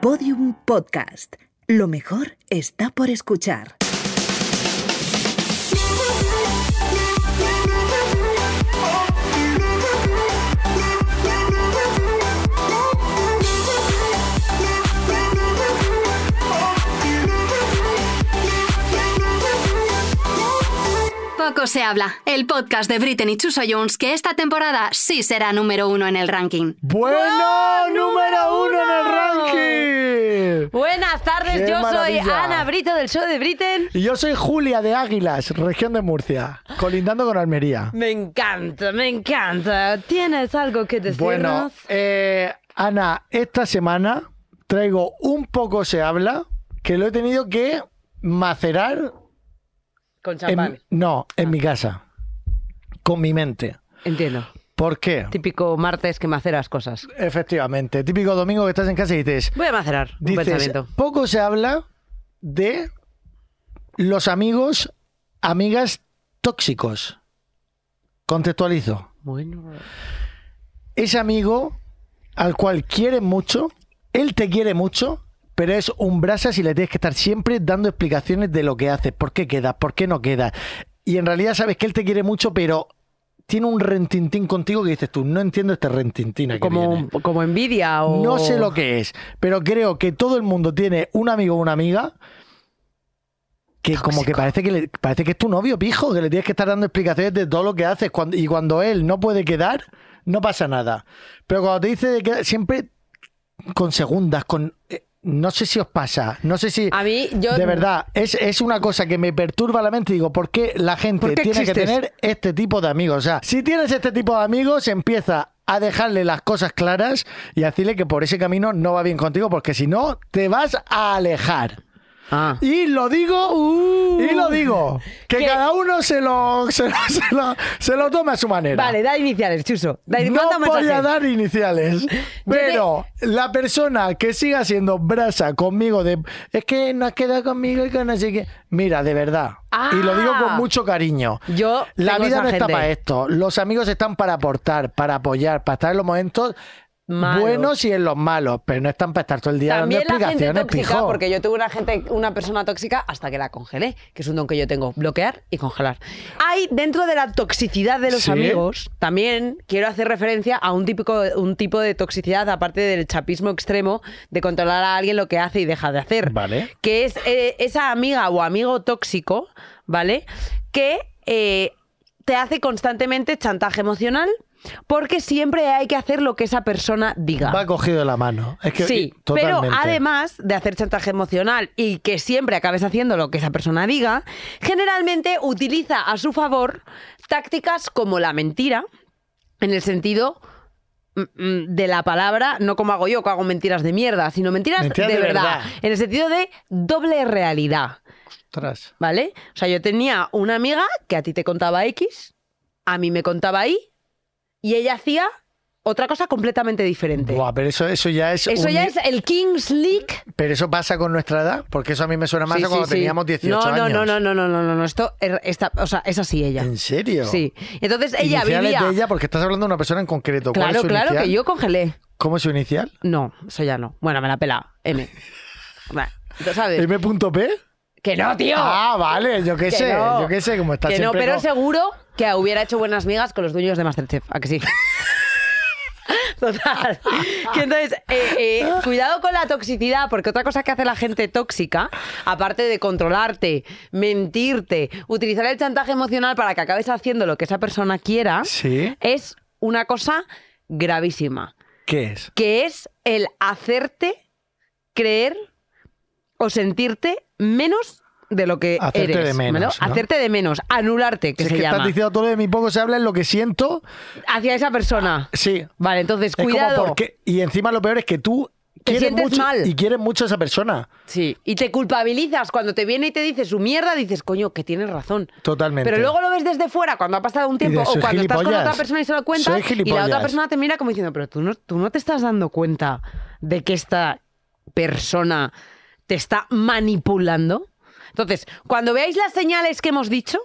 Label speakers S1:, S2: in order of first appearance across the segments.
S1: Podium Podcast. Lo mejor está por escuchar.
S2: Poco se habla, el podcast de Britney y Chuso Jones que esta temporada sí será número uno en el ranking.
S3: Bueno, número uno en el ranking.
S4: Buenas tardes,
S3: ¡Qué
S4: yo soy
S3: maravilla!
S4: Ana Brito del show de Britain.
S3: Y yo soy Julia de Águilas, región de Murcia, colindando con Almería.
S4: Me encanta, me encanta. ¿Tienes algo que decirnos?
S3: Bueno, eh, Ana, esta semana traigo un poco se habla que lo he tenido que macerar.
S4: con
S3: en-
S4: champán.
S3: no, en mi casa. Con mi mente.
S4: Entiendo.
S3: ¿Por qué?
S4: Típico martes que maceras cosas.
S3: Efectivamente. Típico domingo que estás en casa y dices,
S4: Voy a macerar un
S3: Dices,
S4: pensamiento.
S3: poco se habla de los amigos, amigas tóxicos. Contextualizo.
S4: Bueno,
S3: Ese amigo al cual quieren mucho, él te quiere mucho, pero es un brasas y le tienes que estar siempre dando explicaciones de lo que haces, por qué quedas, por qué no quedas. Y en realidad sabes que él te quiere mucho, pero tiene un rentintín contigo que dices tú, no entiendo este rentintín. a qué viene".
S4: como, como envidia o.
S3: No sé lo que es, pero creo que todo el mundo tiene un amigo o una amiga que como que parece que le- parece que es tu novio, pijo, que le tienes que estar dando explicaciones de todo lo que haces cuando, y cuando él no puede quedar, no pasa nada. Pero cuando te dice de que siempre con segundas, con eh, no sé si os pasa, no sé si
S4: A mí, yo.
S3: de verdad, es, es una cosa que me perturba la mente. Digo, ¿por qué la gente
S4: ¿Por qué
S3: tiene que
S4: existes?
S3: tener este tipo de amigos? O sea, si tienes este tipo de amigos, empieza a dejarle las cosas claras y a decirle que por ese camino no va bien contigo, porque si no, te vas a alejar.
S4: Ah.
S3: Y lo digo, y lo digo, que
S4: Uh. Que-
S3: cada uno se lo, se, lo- se lo- se lo tome a su manera.
S4: Vale, da iniciales, Chuso. Da, manda
S3: No
S4: un
S3: voy a
S4: mensaje.
S3: dar iniciales. Pero la persona que siga siendo brasa conmigo de es que no has quedado conmigo y que no sé qué. Mira, de verdad.
S4: Ah.
S3: y lo digo con mucho cariño.
S4: Yo
S3: la
S4: tengo
S3: vida
S4: esa
S3: no está
S4: gente.
S3: para esto. Los amigos están para aportar, para apoyar, para estar en los momentos
S4: Malos.
S3: buenos y en los malos, pero no están para estar todo el día
S4: También
S3: dando
S4: la gente
S3: explicaciones,
S4: tóxica,
S3: pijo.
S4: porque yo tuve una gente, una persona tóxica hasta que la congelé, que es un don que yo tengo, bloquear y congelar. Hay dentro de la toxicidad de los
S3: Sí.
S4: amigos, también quiero hacer referencia a un típico, un tipo de toxicidad, aparte del chapismo extremo, de controlar a alguien lo que hace y deja de hacer.
S3: Vale.
S4: Que es eh, esa amiga o amigo tóxico, ¿vale? Que eh, te hace constantemente chantaje emocional. Porque siempre hay que hacer lo que esa persona diga
S3: Va cogido de la mano. Es que eh,
S4: sí,
S3: totalmente.
S4: pero además de hacer chantaje emocional y que siempre acabes haciendo lo que esa persona diga, generalmente utiliza a su favor tácticas como la mentira, en el sentido mm, mm, de la palabra, no como hago yo, que hago mentiras de mierda, sino mentiras
S3: Mentiras
S4: de,
S3: de
S4: verdad,
S3: verdad.
S4: en el sentido de doble realidad,
S3: Ostras.
S4: ¿vale? O sea, yo tenía una amiga que a ti te contaba X, a mí me contaba Y, y ella hacía otra cosa completamente diferente.
S3: Buah, pero eso, eso ya es
S4: Eso
S3: un-
S4: ya es el Kings League
S3: Pero eso pasa con nuestra edad, porque eso a mí me suena más
S4: Sí,
S3: a cuando
S4: sí, sí.
S3: teníamos 18
S4: no, no,
S3: años.
S4: No, no, no, no, no, no, no, esto er- esta- o sea, es así ella.
S3: ¿En serio?
S4: Sí. Entonces ella
S3: Iniciales
S4: vivía
S3: de ella, porque estás hablando de una persona en concreto. ¿Cuál es
S4: Claro,
S3: su
S4: claro
S3: inicial?
S4: que yo congelé.
S3: ¿Cómo es su inicial?
S4: No, eso ya no. Bueno, me la pela M. Vale. Tú sabes?
S3: ¿M.P?
S4: Que no, tío.
S3: Ah, vale, yo qué
S4: Que
S3: sé,
S4: no.
S3: yo qué sé, como está
S4: Que no,
S3: siempre
S4: pero
S3: con-
S4: seguro que hubiera hecho buenas migas con los dueños de Masterchef, ¿a que sí? Total. Que entonces, eh, eh, cuidado con la toxicidad, porque otra cosa que hace la gente tóxica, aparte de controlarte, mentirte, utilizar el chantaje emocional para que acabes haciendo lo que esa persona quiera,
S3: Sí.
S4: es una cosa gravísima
S3: ¿Qué es?
S4: que es el hacerte creer o sentirte menos de lo que
S3: Hacerte
S4: eres.
S3: de menos, ¿no?
S4: Hacerte de menos, anularte,
S3: Si
S4: que
S3: es
S4: se
S3: que
S4: llama,
S3: estás diciendo todo lo de mi poco se habla en lo que siento.
S4: hacia esa persona.
S3: Sí.
S4: Vale, entonces,
S3: Es
S4: cuidado.
S3: como porque. Y encima lo peor es que tú
S4: Te
S3: quieres
S4: sientes
S3: mucho
S4: mal.
S3: y quieres mucho a esa persona.
S4: Sí. Y te culpabilizas cuando te viene y te dice su mierda, dices, coño, que tienes razón.
S3: Totalmente.
S4: Pero luego lo ves desde fuera, cuando ha pasado un tiempo,
S3: dices,
S4: o
S3: "Soy
S4: cuando estás con
S3: gilipollas.
S4: otra persona y se lo cuentas,
S3: Soy
S4: y la
S3: gilipollas.
S4: otra persona te mira como diciendo, pero tú no, tú no te estás dando cuenta de que esta persona te está manipulando. Entonces, cuando veáis las señales que hemos dicho,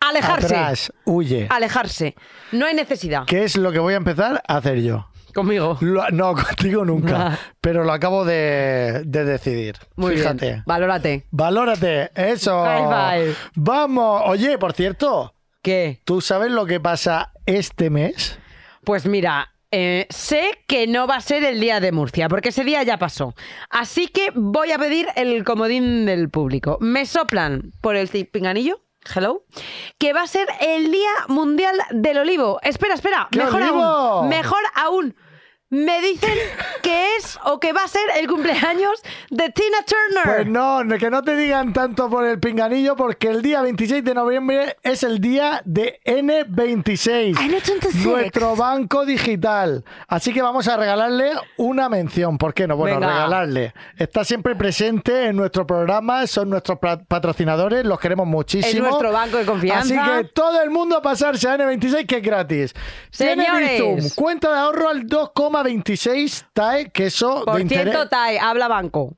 S4: alejarse.
S3: Atrás, huye.
S4: Ah. Alejarse. No hay necesidad.
S3: ¿Qué es lo que voy a empezar a hacer yo?
S4: Conmigo.
S3: Lo- no, contigo nunca. pero lo acabo de, de decidir.
S4: Ah. Muy
S3: Fíjate.
S4: bien. Valórate.
S3: Valórate, eso.
S4: High five.
S3: Vamos. Oye, por cierto,
S4: ¿Qué?
S3: ¿tú sabes lo que pasa este mes?
S4: Pues mira, eh, sé que no va a ser el día de Murcia, porque ese día ya pasó. Así que voy a pedir el comodín del público. Me soplan por el ti- pinganillo. Hello. Que va a ser el Día Mundial del Olivo. Espera, espera.
S3: ¡Qué
S4: Mejor
S3: olivo!
S4: aún. Mejor aún. Me dicen que es o que va a ser el cumpleaños de Tina Turner.
S3: Pues no, no- que no te digan tanto por el pinganillo, porque el día 26 de noviembre es el día de N26.
S1: N26.
S3: Nuestro banco digital. Así que vamos a regalarle una mención. ¿Por qué no? Bueno,
S4: Venga.
S3: regalarle. Está siempre presente en nuestro programa, son nuestros pra- patrocinadores, los queremos muchísimo.
S4: Es nuestro banco de confianza.
S3: Así que todo el mundo a pasarse a N26, que es gratis. Tiene
S4: Señores.
S3: Bizum, cuenta de ahorro al 2,26 TAE, que eso
S4: Por
S3: de interés.
S4: cierto, Tai, habla banco.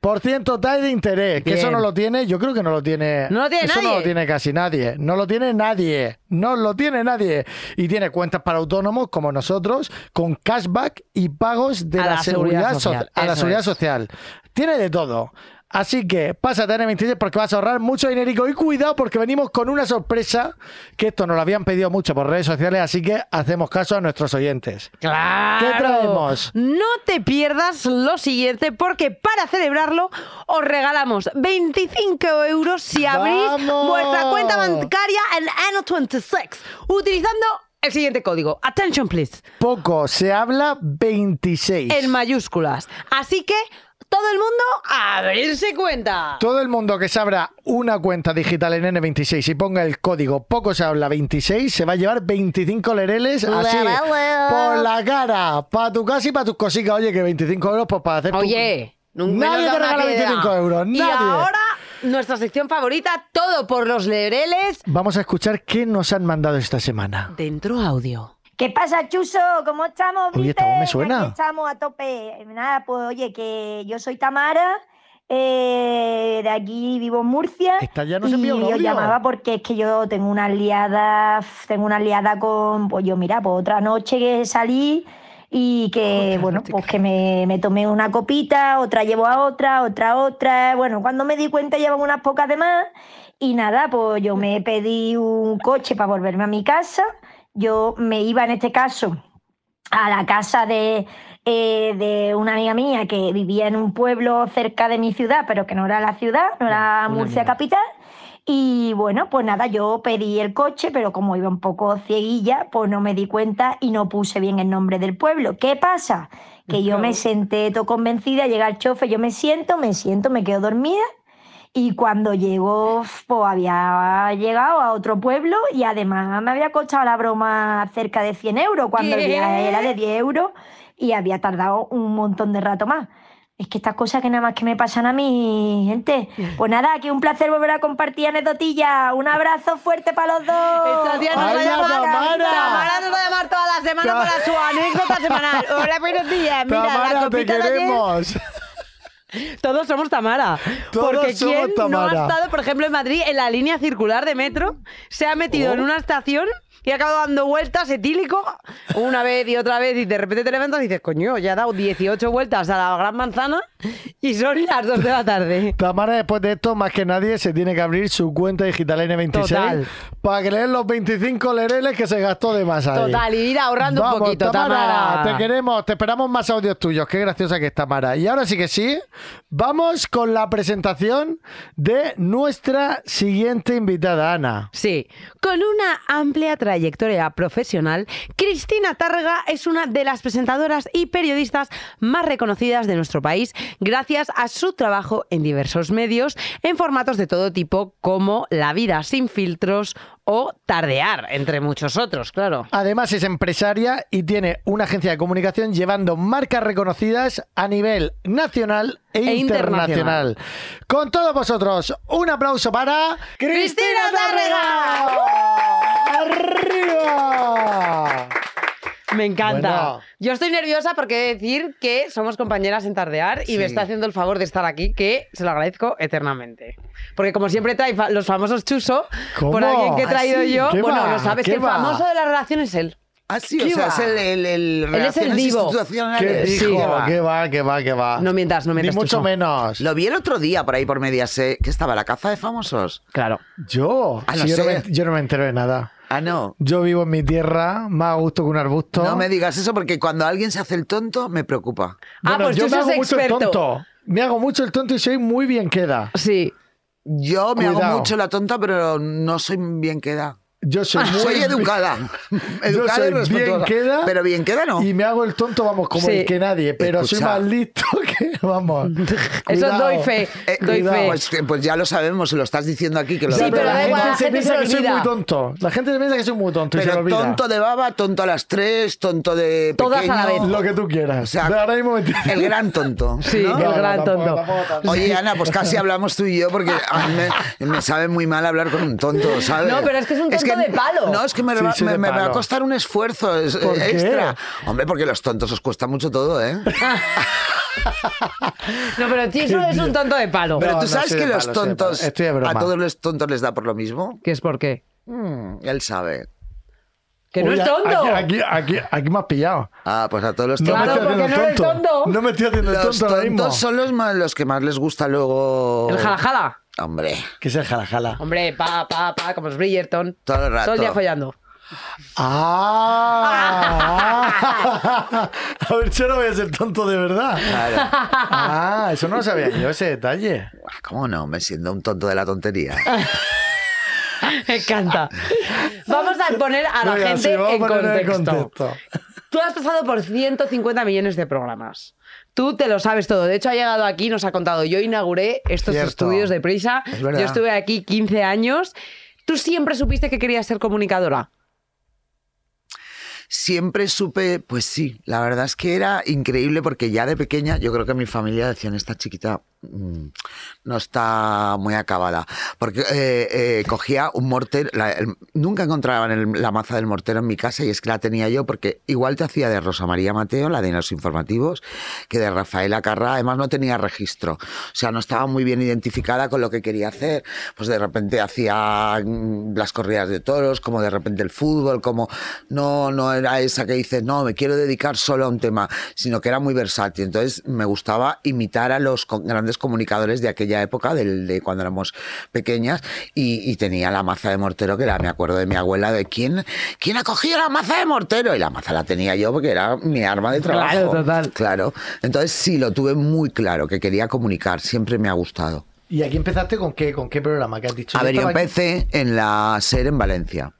S3: Por ciento TAE de interés, que
S4: Bien.
S3: eso no lo tiene, yo creo que no lo tiene.
S4: No lo tiene
S3: eso
S4: nadie.
S3: no lo tiene casi nadie. No lo tiene nadie. No lo tiene nadie. Y tiene cuentas para autónomos como nosotros, con cashback y pagos de
S4: A
S3: la, seguridad, social. a la
S4: eso
S3: seguridad
S4: es.
S3: social. Tiene de todo. Así que pásate a N26 porque vas a ahorrar mucho dinerico y cuidado porque venimos con una sorpresa que esto nos lo habían pedido mucho por redes sociales, así que hacemos caso a nuestros oyentes.
S4: ¡Claro!
S3: ¿Qué traemos?
S4: No te pierdas lo siguiente, porque para celebrarlo os regalamos 25 euros si abrís
S3: ¡Vamos!
S4: vuestra cuenta bancaria en N26 utilizando el siguiente código. Attention, please.
S3: Poco, se habla 26.
S4: En mayúsculas. Así que todo el mundo a abrirse cuenta.
S3: Todo el mundo que se abra una cuenta digital en N26 y ponga el código Poco se habla 26 se va a llevar 25 lereles así por la cara, para tu casa y para tus cositas. Oye, que 25 euros pues para hacer tu-
S4: Oye, nunca
S3: Nadie
S4: nos da
S3: te
S4: una
S3: regala
S4: piedra.
S3: 25 euros,
S4: Y
S3: nadie.
S4: ahora, nuestra sección favorita, todo por los lereles
S3: Vamos a escuchar qué nos han mandado esta semana.
S4: dentro audio.
S5: ¿Qué pasa, Chuso? ¿Cómo estamos?
S3: Oye, esta voz me
S5: Britain?
S3: suena.
S5: Aquí estamos a tope. Nada, pues oye, que yo soy Tamara, eh, de aquí vivo en Murcia.
S3: Esta ya nos
S5: y
S3: envía un
S5: os
S3: audio.
S5: llamaba porque es que yo tengo una liada, tengo una liada con, pues yo mira, pues otra noche que salí y que, bueno, pues que me, me tomé una copita, otra llevo a otra, otra a otra. Bueno, cuando me di cuenta llevaba unas pocas de más y nada, pues yo me pedí un coche para volverme a mi casa. Yo me iba en este caso a la casa de, eh, de una amiga mía que vivía en un pueblo cerca de mi ciudad, pero que no era la ciudad, no era Murcia capital. Y bueno, pues nada, yo pedí el coche, pero como iba un poco cieguilla, pues no me di cuenta y no puse bien el nombre del pueblo. ¿Qué pasa? Que yo me senté todo convencida, llega el chofe, yo me siento, me siento, me quedo dormida. Y cuando llegó, pues había llegado a otro pueblo y además me había costado la broma cerca de 100 euros, cuando el
S4: ¿Qué?
S5: viaje era de 10 euros y había tardado un montón de rato más. Es que estas cosas que nada más que me pasan a mí, gente. Pues nada, que un placer volver a compartir anecdotillas. Un abrazo fuerte para los dos.
S4: Esta tía nos va a
S3: ¡Ay, la
S4: llamar.
S3: Tamara!
S4: Tamara nos va a llamar toda la semana
S3: Ta-
S4: para su anécdota semanal. Hola, buenos días. Mira, la
S3: Tamara, te
S4: copita de ayer-
S3: queremos.
S4: Todos somos Tamara.
S3: Todos
S4: porque
S3: somos
S4: ¿quién no
S3: Tamara.
S4: ha estado, por ejemplo, en Madrid, en la línea circular de metro? Se ha metido
S3: Oh.
S4: en una estación y ha acabado dando vueltas etílico una vez y otra vez y de repente te levantas y dices, coño, ya he dado 18 vueltas a la gran manzana y son las 2 de la tarde.
S3: Tamara, después de esto, más que nadie, se tiene que abrir su cuenta digital N26
S4: Total.
S3: para que le den los 25 lereles que se gastó de más ahí.
S4: Total, y ir ahorrando un
S3: Vamos,
S4: poquito, Tamara.
S3: Te queremos, te esperamos más audios tuyos. Qué graciosa que está Tamara. Y ahora sí que sí, vamos con la presentación de nuestra siguiente invitada, Ana.
S4: Sí, con una amplia trayectoria profesional, Cristina Tárrega es una de las presentadoras y periodistas más reconocidas de nuestro país gracias a su trabajo en diversos medios en formatos de todo tipo como La vida sin filtros o Tardear, entre muchos otros, claro.
S3: Además es empresaria y tiene una agencia de comunicación llevando marcas reconocidas a nivel nacional e,
S4: E internacional.
S3: internacional. Con todos vosotros, un aplauso para
S4: Cristina
S3: ¡Arriba!
S4: Me encanta.
S3: Bueno.
S4: Yo estoy nerviosa porque he de decir que somos compañeras en Tardear y me está haciendo el favor de estar aquí, que se lo agradezco eternamente. Porque como siempre trae fa- los famosos chuso,
S3: ¿Cómo?
S4: por alguien que he traído
S3: ¿Ah, sí?
S4: yo,
S3: ¿Qué
S4: bueno,
S3: va?
S4: lo sabes,
S3: ¿Qué
S4: que el
S3: va?
S4: famoso de la relación es él.
S6: Ah, sí, o
S4: ¿Qué
S6: sea,
S4: va?
S6: es el, el,
S4: Él
S6: el
S4: es el
S6: relaciones
S4: divo.
S6: institucionales.
S3: ¿Qué
S4: sí,
S3: dijo?
S4: que
S6: va.
S3: ¿Qué va? ¿Qué va? ¿Qué va?
S4: No mientas, no mientas
S3: Ni
S4: tú,
S3: mucho
S4: Sam.
S3: menos.
S6: Lo vi el otro día por ahí por Mediaset, que estaba la caza de famosos.
S4: Claro.
S3: Yo,
S6: Ah, no
S3: Si yo, no
S6: sé.
S3: me, yo no me entero de nada.
S6: Ah, no.
S3: Yo vivo en mi tierra, más a gusto que un arbusto.
S6: No me digas eso porque cuando alguien se hace el tonto me preocupa.
S4: ah,
S3: Bueno,
S4: pues
S3: yo
S4: tú
S3: me
S4: sos
S3: hago mucho el
S4: experto.
S3: tonto. Me hago mucho el tonto y soy muy bien queda.
S4: Sí.
S6: Yo me
S3: Cuidado.
S6: hago mucho la tonta, pero no soy bien queda.
S3: Yo soy muy
S6: Ah, Soy educada. educada
S3: soy
S6: y
S3: bien
S6: respetuosa.
S3: queda.
S6: Pero bien queda no.
S3: Y me hago el tonto, vamos, como
S4: Sí.
S3: el que nadie. Pero soy
S6: Escucha.
S3: más listo que, vamos.
S4: Eso
S3: Cuidado.
S4: doy fe.
S6: Eh,
S4: doy
S3: cuidado,
S4: fe.
S6: pues, pues ya lo sabemos, lo estás diciendo aquí que lo
S3: Ya,
S4: Sí,
S6: digo.
S4: pero
S3: la
S4: da
S3: gente
S4: igual, la
S3: se
S4: gente se
S3: piensa que soy
S4: olvida.
S3: muy tonto. La gente se piensa que soy muy tonto y se lo
S6: Pero
S3: olvida.
S6: tonto de baba, tonto a las tres, tonto de
S4: Todas a la
S6: pequeño.
S4: vez.
S3: Lo que tú quieras.
S6: O sea,
S3: Pero ahora mismo me entiendes.
S6: El gran tonto.
S4: Sí,
S6: ¿no?
S4: el gran
S3: tampoco,
S4: tonto.
S3: tampoco tanto.
S6: Oye, Ana, pues casi hablamos tú y yo porque a mí me, me sabe muy mal hablar con un tonto, ¿sabes?
S4: No, pero es que es un tonto de palo.
S6: No, es que me,
S3: Sí,
S6: va,
S3: sí,
S6: me-
S3: de
S6: me va a
S3: palo.
S6: costar un esfuerzo es-
S3: ¿Por qué?
S6: extra. Hombre, porque los tontos os cuesta mucho todo, ¿eh?
S4: No, pero Chiso es un tonto de palo.
S6: Pero
S3: No,
S6: tú
S3: no
S6: sabes
S3: soy de
S6: que los
S3: palo, soy de
S6: tontos,
S3: palo. Estoy de
S6: a
S3: broma.
S6: todos los tontos les da por lo mismo.
S4: ¿Qué es por qué?
S6: Mm, él sabe.
S4: Que no
S3: Oye,
S4: es tonto.
S3: Aquí, aquí, aquí, aquí me has pillado.
S6: Ah, pues a todos los
S3: No me
S4: Claro,
S6: tontos.
S3: estoy
S4: porque
S3: haciendo
S4: no eres tonto.
S3: No me estoy haciendo el
S6: Los
S3: tonto ahora mismo.
S6: tontos son los, más, los que más les gusta luego.
S4: El jalajala.
S6: Hombre.
S3: ¿Qué es el jalajala?
S4: Hombre, pa, pa, pa, como los Bridgerton.
S6: Todo el rato.
S4: Todo el día follando.
S3: ¡Ah! a ver, yo no voy a ser tonto de verdad.
S6: Claro.
S3: Ah, eso no lo sabía yo, ese detalle.
S6: Buah, ¿Cómo no? Me siento un tonto de la tontería.
S4: Me encanta. Vamos a poner a la
S3: Venga, sí,
S4: gente
S3: vamos a
S4: en,
S3: poner
S4: contexto.
S3: en contexto.
S4: Tú has pasado por 150 millones de programas. Tú te lo sabes todo. De hecho, ha llegado aquí, nos ha contado. Yo inauguré estos
S3: Cierto.
S4: estudios de prisa.
S6: Es
S4: Yo
S6: verdad.
S4: estuve aquí 15 años. Tú siempre supiste que querías ser comunicadora.
S6: Siempre supe, pues sí, la verdad es que era increíble porque ya de pequeña yo creo que mi familia decían, esta chiquita mm, no está muy acabada. Porque eh, eh, cogía un mortero, la- el- nunca encontraban el- la maza del mortero en mi casa y es que la tenía yo porque igual te hacía de Rosa María Mateo, la de los informativos, que de Rafaela Carrá, además no tenía registro. O sea, no estaba muy bien identificada con lo que quería hacer. Pues de repente hacía mm, las corridas de toros, como de repente el fútbol, como no, no era esa que dices, no, me quiero dedicar solo a un tema, sino que era muy versátil. Entonces me gustaba imitar a los co- grandes comunicadores de aquella época, del, de cuando éramos pequeñas, y, y tenía la maza de mortero, que era, me acuerdo de mi abuela, de quién, quién ha cogido la maza de mortero. Y la maza la tenía yo porque era mi arma de trabajo.
S4: Claro, total.
S6: Claro. Entonces sí, lo tuve muy claro, que quería comunicar, siempre me ha gustado.
S3: ¿Y aquí empezaste con qué? ¿Con qué programa que has dicho?
S6: A ver, yo
S3: estaba aquí-
S6: empecé en la SER en Valencia.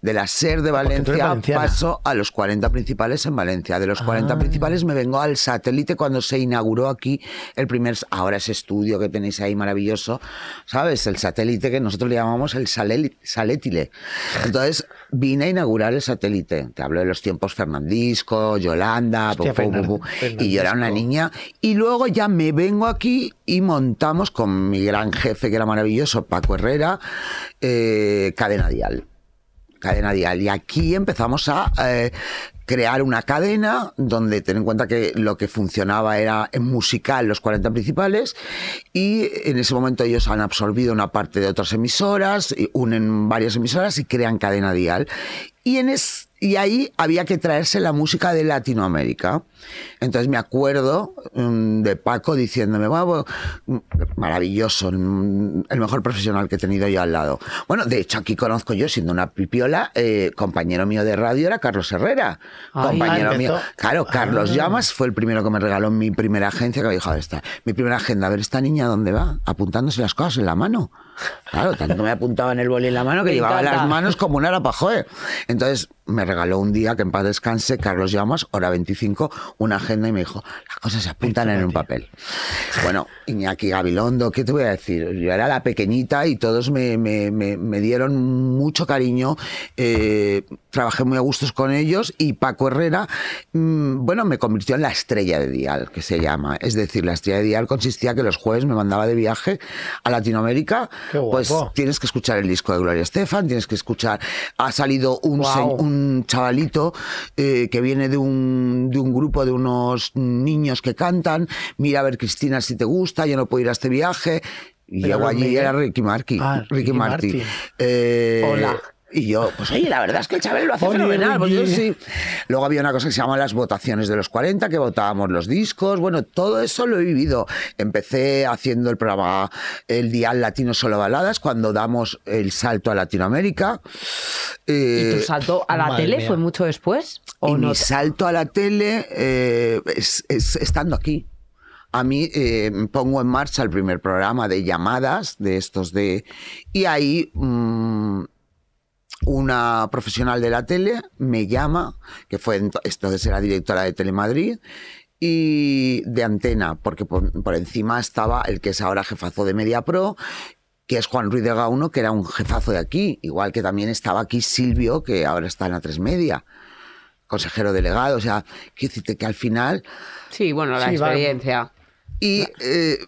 S6: De la SER de
S3: porque tú eres
S6: Valencia
S3: valenciana. Ah.
S6: paso a los 40 principales en Valencia. De los 40 principales me vengo al satélite cuando se inauguró aquí el primer, ahora ese estudio que tenéis ahí maravilloso, ¿sabes? El satélite que nosotros le llamamos el saleli- salétile. Entonces vine a inaugurar el satélite. Te hablo de los tiempos Fernandisco, Yolanda,
S3: Hostia,
S6: pu, pu, pu, pu.
S3: Fernan-
S6: y yo era una
S3: Fernandisco.
S6: niña niña, y luego ya me vengo aquí y montamos con mi gran jefe que era maravilloso, Paco Herrera, eh, Cadena Dial. Cadena Dial. Y aquí empezamos a eh, crear una cadena donde ten en cuenta que lo que funcionaba era en musical los 40 principales y en ese momento ellos han absorbido una parte de otras emisoras, y unen varias emisoras y crean Cadena Dial. Y en es- y ahí había que traerse la música de Latinoamérica. Entonces me acuerdo mm, de Paco diciéndome, "Guau, mm, maravilloso, mm, el mejor profesional que he tenido yo al lado. Bueno, de hecho aquí conozco yo, siendo una pipiola, eh, compañero mío de radio era Carlos Herrera.
S3: Ay,
S6: compañero
S3: ah,
S6: mío.
S3: empezó.
S6: Claro, Carlos Llamas fue el primero que me regaló mi primera agencia, que me dijo, a ver, esta, mi primera agenda, a ver, esta niña dónde va, apuntándose las cosas en la mano. Claro, tanto me apuntaba en el boli en la mano que
S4: Me
S6: llevaba
S4: encanta.
S6: las manos como un arapajoe. Entonces me regaló un día, que en paz descanse, Carlos Llamas, hora 25, una agenda y me dijo, las cosas se apuntan en un papel. Bueno, Iñaki Gabilondo, ¿qué te voy a decir? Yo era la pequeñita y todos me, me- me- me dieron mucho cariño, eh, trabajé muy a gustos con ellos y Paco Herrera, mm, bueno, me convirtió en la estrella de Dial, que se llama. Es decir, la estrella de Dial consistía que los jueves me mandaba de viaje a Latinoamérica,
S3: Qué guapo.
S6: pues tienes que escuchar el disco de Gloria Estefan, tienes que escuchar. Ha salido un,
S4: Guau.
S6: se- un chavalito eh, que viene de un, de un grupo de unos niños que cantan. Mira a ver, Cristina, si te gusta, yo no puedo ir a este viaje. Y
S3: Pero
S6: llego
S3: Luis
S6: allí y
S3: Miguel.
S6: era Ricky Martin.
S3: Ah,
S6: Ricky
S3: Ricky
S6: Martin.
S3: Martin.
S6: Eh,
S4: Hola.
S6: Y yo, pues oye, la verdad es que el Chabel lo hace
S3: Oye,
S6: fenomenal. pues yo
S3: oye.
S6: sí. Luego había una cosa que se llama las votaciones de los 40, que votábamos los discos. Bueno, todo eso lo he vivido. Empecé haciendo el programa El Dial Latino Solo Baladas, cuando damos el salto a Latinoamérica.
S4: ¿Y
S6: Eh,
S4: tu salto a la
S3: madre
S4: tele
S3: mía.
S4: fue mucho después? ¿O
S6: y
S4: no?
S6: mi salto a la tele eh, es, es estando aquí. A mí eh, pongo en marcha el primer programa de llamadas de estos de... Y ahí mm, una profesional de la tele me llama, que fue ento- entonces era directora de Telemadrid, y de antena, porque por, por encima estaba el que es ahora jefazo de MediaPro, que es Juan Ruiz de Gauno, que era un jefazo de aquí, igual que también estaba aquí Silvio, que ahora está en la tres media consejero delegado, o sea, quiero decirte que al final
S4: Sí, bueno, la
S3: Sí, va.
S4: experiencia.
S6: y
S3: Ah.
S6: eh,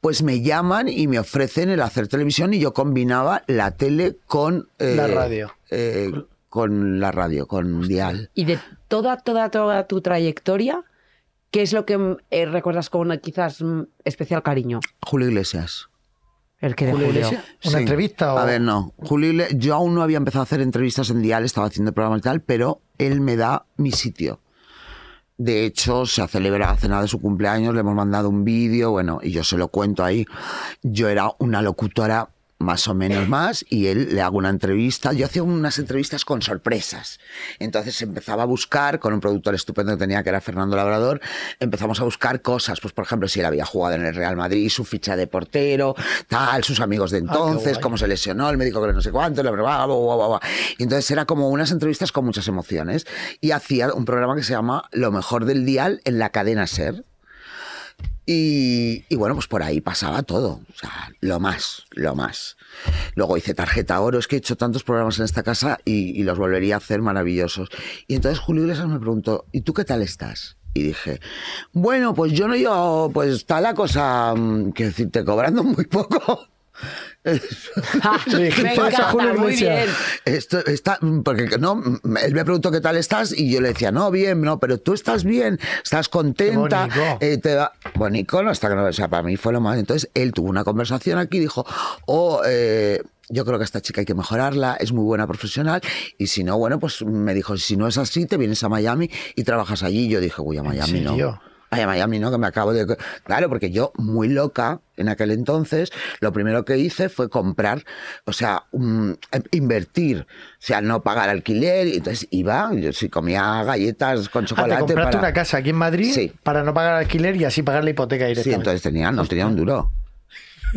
S6: pues me llaman y me ofrecen el hacer televisión y yo combinaba la tele con eh,
S3: La radio.
S6: eh, con la radio, con dial.
S4: Y de toda, toda, toda tu trayectoria, ¿qué es lo que mm, eh, recuerdas con eh, quizás mm, especial cariño?
S6: Julio Iglesias.
S4: El que de Julio.
S3: ¿Una entrevista o-
S6: A ver, no. Julio Igle- yo aún no había empezado a hacer entrevistas en Dial, estaba haciendo programas y tal, pero él me da mi sitio. De hecho, se ha celebrado la cena de su cumpleaños, le hemos mandado un vídeo, bueno, y yo se lo cuento ahí. Yo era una locutora más o menos más y él le hago una entrevista. Yo hacía unas entrevistas con sorpresas. Entonces empezaba a buscar, con un productor estupendo que tenía, que era Fernando Labrador, empezamos a buscar cosas. Pues, por ejemplo, si él había jugado en el Real Madrid, su ficha de portero, tal, sus amigos de entonces,
S3: guay.
S6: cómo se lesionó, el médico que no sé cuánto, la bla, bla, bla, bla, bla. Y entonces era como unas entrevistas con muchas emociones. Y hacía un programa que se llama Lo mejor del dial en la cadena SER. Y, y bueno, pues por ahí pasaba todo. O sea, lo más, lo más. Luego hice tarjeta oro. Es que he hecho tantos programas en esta casa y, y los volvería a hacer maravillosos. Y entonces Julio Iglesias me preguntó, ¿y tú qué tal estás? Y dije, bueno, pues yo no yo, pues está la cosa, mm, quiero decirte, cobrando muy poco.
S3: Sí, ¿qué
S4: Me
S3: pasa,
S4: encanta,
S3: Julio
S4: muy
S3: Iglesias?
S4: bien.
S6: Esto está, porque no, mm, él me preguntó qué tal estás y yo le decía, no, bien, no, pero tú estás bien, estás contenta.
S3: Qué bonito.
S6: eh, te va- Bonito, no, hasta que no, o sea, para mí fue lo más. Entonces él tuvo una conversación aquí y dijo, oh, eh, yo creo que esta chica hay que mejorarla, es muy buena profesional y si no, bueno, pues me dijo, si no es así, te vienes a Miami y trabajas allí. Y yo dije, uy, a Miami
S3: serio?
S6: no. Ay, a Miami, ¿no? Que me acabo de... Claro, porque yo, muy loca en aquel entonces, lo primero que hice fue comprar, o sea, un- em, invertir, o sea, no pagar alquiler. Y entonces iba, yo sí comía galletas con
S3: Ah,
S6: chocolate.
S3: te compraste
S6: para-
S3: una casa aquí en Madrid
S6: Sí.
S3: para no pagar alquiler y así pagar la hipoteca
S6: Sí,
S3: directamente.
S6: entonces tenía, no tenía un duro.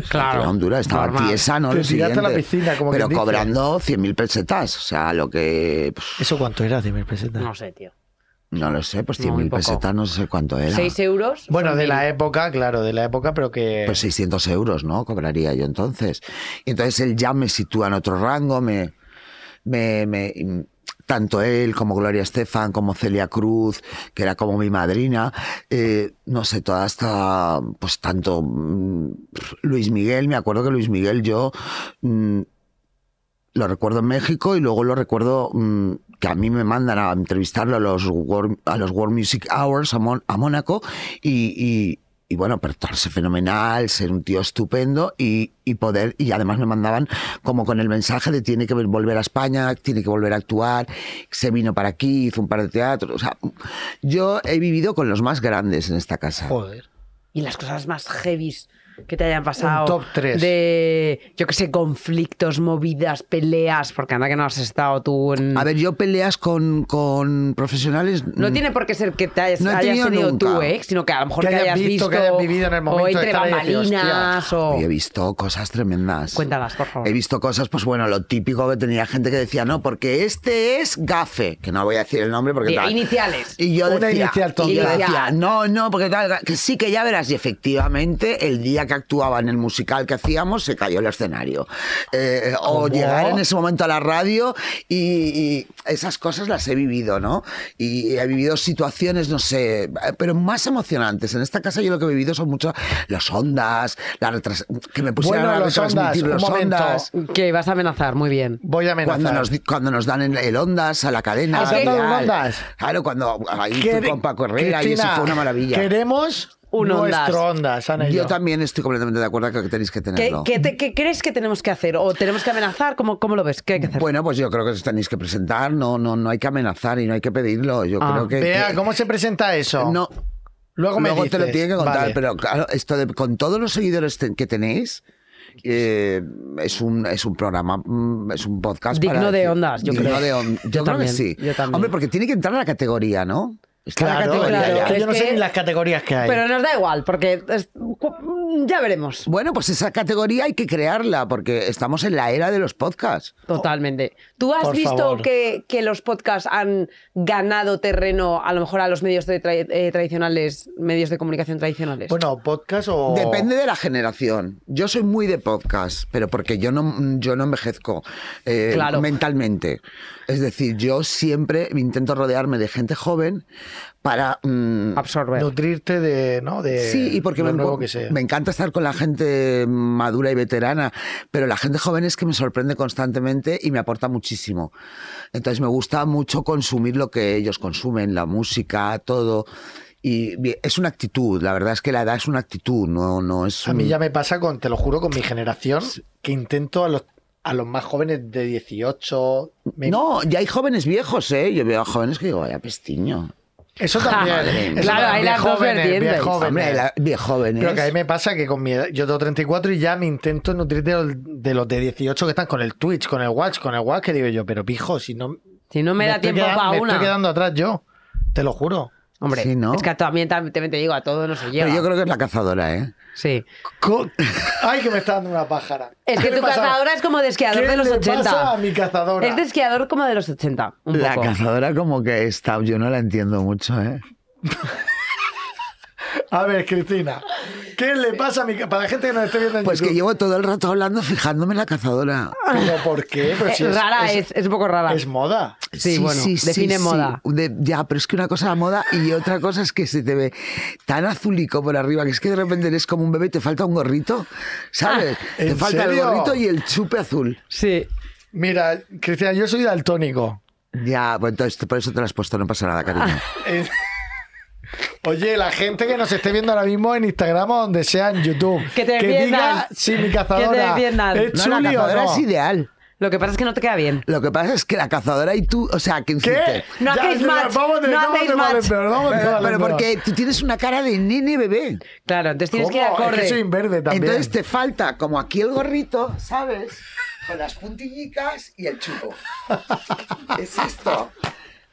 S4: Claro.
S6: Era Honduras, estaba
S4: Normal.
S6: tiesa, ¿no?
S3: Te
S6: Lo
S3: tiraste a la
S6: siguiente.
S3: piscina, como
S6: Pero
S3: quien dice.
S6: cobrando 100.000 pesetas, o sea, lo que... pf,
S3: ¿Eso cuánto era, de pesetas?
S4: No sé, tío.
S6: No lo sé, pues
S4: Muy
S6: 100.000
S4: poco.
S6: pesetas no sé cuánto era.
S4: ¿Seis euros?
S3: Bueno,
S4: son
S3: de
S4: mil.
S3: la época, claro, de la época, pero que...
S6: Pues 600 euros, ¿no? Cobraría yo entonces. Y entonces él ya me sitúa en otro rango, me, me, me- tanto él como Gloria Estefan, como Celia Cruz, que era como mi madrina, eh, no sé, toda esta, pues tanto mm, Luis Miguel, me acuerdo que Luis Miguel yo mm, lo recuerdo en México y luego lo recuerdo mm, que a mí me mandan a entrevistarlo a los World, a los World Music Hours a, Mon- a Mónaco y, y- y, bueno, portarse fenomenal, ser un tío estupendo y, y poder, y además me mandaban como con el mensaje de tiene que volver a España, tiene que volver a actuar, se vino para aquí, hizo un par de teatros, o sea, yo he vivido con los más grandes en esta casa.
S3: Joder.
S4: Y las cosas más heavies que te hayan pasado.
S3: Un top tres.
S4: De, yo qué sé, conflictos, movidas, peleas, porque anda que no has estado tú en...
S6: A ver, yo peleas con, con profesionales.
S4: No
S6: mm,
S4: tiene por qué ser que te hayas,
S6: No he
S4: hayas
S6: tenido
S4: tenido
S6: nunca.
S4: tú, ¿eh? Sino que a lo mejor
S3: Que
S4: que
S3: hayas
S4: hayas
S3: visto, que hayas vivido en el momento
S4: O
S3: de
S4: entre
S3: estar ahí y decir, hostia.
S4: bambalinas o...
S6: Y he visto cosas tremendas.
S4: Cuéntalas, por favor.
S6: He visto cosas, pues bueno, lo típico que tenía gente que decía, no, porque este es Gafe, que no voy a decir el nombre porque
S4: Eh,
S6: tal.
S4: Iniciales.
S6: Y yo
S3: Una
S6: decía,
S3: inicial tonta.
S6: y yo
S4: Inicial.
S6: decía, no, no, porque tal, que sí que ya verás. Y efectivamente, el día que actuaba en el musical que hacíamos, se cayó el escenario. Eh, o
S3: ¿Cómo?
S6: llegar en ese momento a la radio y, y esas cosas las he vivido, ¿no? Y he vivido situaciones, no sé, eh, pero más emocionantes. En esta casa yo lo que he vivido son muchas las ondas, las retras- que me pusieron
S3: Bueno,
S6: a
S3: los ondas,
S6: retransmitir
S3: un
S6: los
S3: momento.
S6: ondas.
S4: Que vas a amenazar, muy bien.
S3: Voy a amenazar.
S6: Cuando nos, di- cuando nos dan en- el ondas a la
S3: Ah,
S6: cadena.
S3: ¿Has andado en
S6: Real.
S3: Ondas?
S6: Claro, cuando ahí
S3: Que-
S6: fui con Paco Herrera y eso
S3: Cristina,
S6: fue una maravilla.
S3: Queremos
S4: un Ondas.
S3: Nuestro Ondas, Ana y yo.
S6: Yo también estoy completamente de acuerdo con que tenéis que
S4: ¿Qué,
S6: tenerlo.
S4: qué te- qué crees que tenemos que hacer? ¿O tenemos que amenazar? ¿Cómo, cómo lo ves? ¿Qué hay que hacer?
S6: Bueno, pues yo creo que os tenéis que presentar, no, no, no hay que amenazar y no hay que pedirlo. Yo
S4: Ah.
S6: creo que.
S3: Bea,
S6: que-
S3: ¿cómo se presenta eso?
S6: No,
S3: Luego me
S6: te lo
S3: dices.
S6: tiene que contar,
S3: Vale.
S6: pero claro, esto de, con todos los seguidores te- que tenéis. eh, es un es un programa mm, es un podcast
S4: Digno
S6: para
S4: de
S6: decir-
S4: ondas, yo
S6: digno
S4: creo.
S6: de on-
S4: Yo
S6: yo, creo
S4: también,
S6: que sí
S4: yo también.
S6: hombre porque tiene que entrar a la categoría no Está la
S3: Claro,
S6: categoría
S4: claro.
S6: ya.
S3: es que yo no
S4: Es
S3: sé
S4: que-
S3: ni las categorías que hay.
S4: Pero nos da igual, porque es- ya veremos.
S6: bueno pues esa categoría hay que crearla porque estamos en la era de los podcasts
S4: Totalmente. ¿Tú has
S3: Por
S4: visto
S3: favor.
S4: que, que los podcasts han ganado terreno a lo mejor a los medios de tra- eh, tradicionales, medios de comunicación tradicionales?
S3: Bueno, podcast o.
S6: Depende de la generación. Yo soy muy de podcast, pero porque yo no, yo no envejezco eh,
S4: Claro.
S6: mentalmente. Es decir, yo siempre intento rodearme de gente joven para... mm,
S4: Absorber.
S3: Nutrirte de. ¿no? de
S6: Sí, y porque
S3: eh, lo
S6: me,
S3: nuevo
S6: encu-
S3: que sea.
S6: me encanta estar con la gente madura y veterana, pero la gente joven es que me sorprende constantemente y me aporta muchísimo. Entonces me gusta mucho consumir lo que ellos consumen, la música, todo. Y bien, es una actitud, la verdad es que la edad es una actitud, no, no es...
S3: A mí
S6: un-
S3: ya me pasa con, te lo juro, con mi generación, que intento a los, a los más jóvenes de 18. me-
S6: No, ya hay jóvenes viejos, ¿eh? Yo veo a jóvenes que digo, vaya pestiño.
S3: Eso también.
S6: Madre
S3: eso
S6: mía.
S4: Claro,
S3: también,
S4: hay las
S3: bien
S4: dos
S3: jóvenes, bien
S4: vertientes.
S3: jóvenes.
S6: Hombre, la- bien jóvenes.
S3: Pero que a mí me pasa que con mi edad, yo tengo 34 y ya me intento nutrir de, los- de los de 18 que están con el Twitch, con el Watch, con el Watch, que digo yo, pero pijo, si no...
S4: Si no me, da
S3: estoy
S4: tiempo
S3: quedan-
S4: para
S3: me
S4: una.
S3: estoy quedando atrás yo, te lo juro.
S4: Hombre,
S6: Sí, ¿no?
S4: es que también, también te digo, a todos nos llega.
S6: Pero yo creo que es la cazadora, ¿eh?
S4: Sí.
S3: Ay, que me está dando una pájara.
S4: Es que
S3: ¿Qué le
S4: tu
S3: pasa?
S4: cazadora es como de esquiador
S3: ¿Qué
S4: de los
S3: le
S4: 80.
S3: pasa a mi cazadora?
S4: Es de esquiador como de los 80. Un
S6: La
S4: poco.
S6: cazadora como que está, yo no la entiendo mucho, ¿eh?
S3: A ver, Cristina, ¿qué le pasa a mi ca- Para la gente que nos esté viendo en
S6: Pues que
S3: YouTube.
S6: llevo todo el rato hablando fijándome en la cazadora.
S3: ¿Pero por qué? Pero
S4: Es
S3: si es,
S4: Eh, rara,
S3: es,
S4: es, es un poco rara.
S3: es moda.
S4: Sí, bueno, define moda.
S6: De- ya, pero es que una cosa es la moda y otra cosa es que se te ve tan azulico por arriba que es que de repente eres como un bebé y te falta un gorrito, ¿sabes?
S4: Ah,
S3: ¿en
S6: te falta
S3: serio?
S6: el gorrito y el chupe azul.
S4: Sí.
S3: Mira, Cristina, yo soy daltónico.
S6: Ya, pues entonces por eso te lo has puesto, no pasa nada, cariño.
S3: Eh, Oye, la gente que nos esté viendo ahora mismo en Instagram o donde sea en YouTube,
S4: Que te defiendan.
S3: diga si mi cazadora
S4: Que te defiendan.
S3: es
S6: No, la
S3: chuli o
S6: cazadora
S3: no.
S6: es ideal.
S4: Lo que pasa es que no te queda bien.
S6: Lo que pasa es que la cazadora y tú, o sea,
S3: ¿Qué?
S6: que hiciste?
S4: No hacéis
S3: ya,
S4: match,
S3: Vamos de,
S4: no
S3: vamos
S4: hacéis
S3: de mal en
S4: match.
S3: peor, vamos de
S6: Pero,
S3: mal en
S6: pero
S3: peor.
S6: porque tú tienes una cara de nene bebé.
S4: Claro, entonces tienes que ir
S3: ¿Cómo?
S4: acorde.
S3: Es que soy verde también.
S6: Entonces te falta como aquí el gorrito, ¿sabes? Con las puntillicas y el chupo. es esto.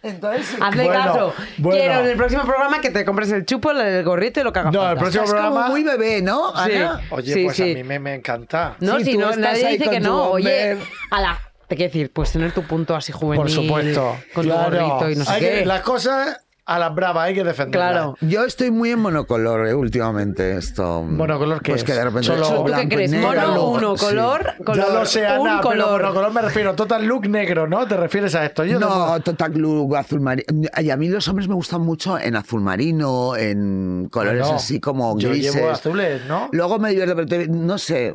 S6: Entonces,
S4: Hazle
S3: Bueno,
S4: caso.
S3: bueno.
S4: Quiero en el próximo programa que te compres el chupo, el gorrito y lo que haga
S3: No, el
S4: falta.
S3: próximo
S6: es como
S3: programa.
S6: muy bebé, ¿no,
S4: Sí.
S6: Ana?
S3: Oye,
S4: Sí,
S3: pues
S4: sí.
S3: a mí me, me encanta.
S4: No,
S6: Sí,
S4: si
S6: tú
S4: no,
S6: estás
S4: nadie
S6: ahí
S4: dice
S6: con
S4: que
S6: tu
S4: no. Oye,
S6: bomber.
S4: ala, te quiero decir, pues tener tu punto así juvenil.
S3: Por supuesto.
S4: Con tu
S3: Claro.
S4: gorrito y no sé
S3: Hay que-
S4: qué.
S3: Las cosas a las bravas hay que defenderlas.
S4: Claro.
S6: Yo ey muy en monocolor eh, últimamente esto.
S3: ¿Monocolor qué
S6: Pues
S3: es?
S6: que de repente
S3: Solo-
S6: blanco
S4: ¿Tú qué
S6: y
S4: crees?
S6: negro.
S4: Mono,
S3: look,
S4: uno,
S6: Sí.
S4: color, color.
S3: ya lo sé,
S4: un
S3: Ana,
S4: color.
S3: pero color me refiero. Total look negro, ¿no? ¿Te refieres a esto? Yo
S6: No, total look azul marino. Y a mí los hombres me gustan mucho en azul marino, en colores
S3: Bueno,
S6: así como
S3: yo
S6: grises.
S3: llevo azules, ¿no?
S6: Luego me divierto, pero te- no sé,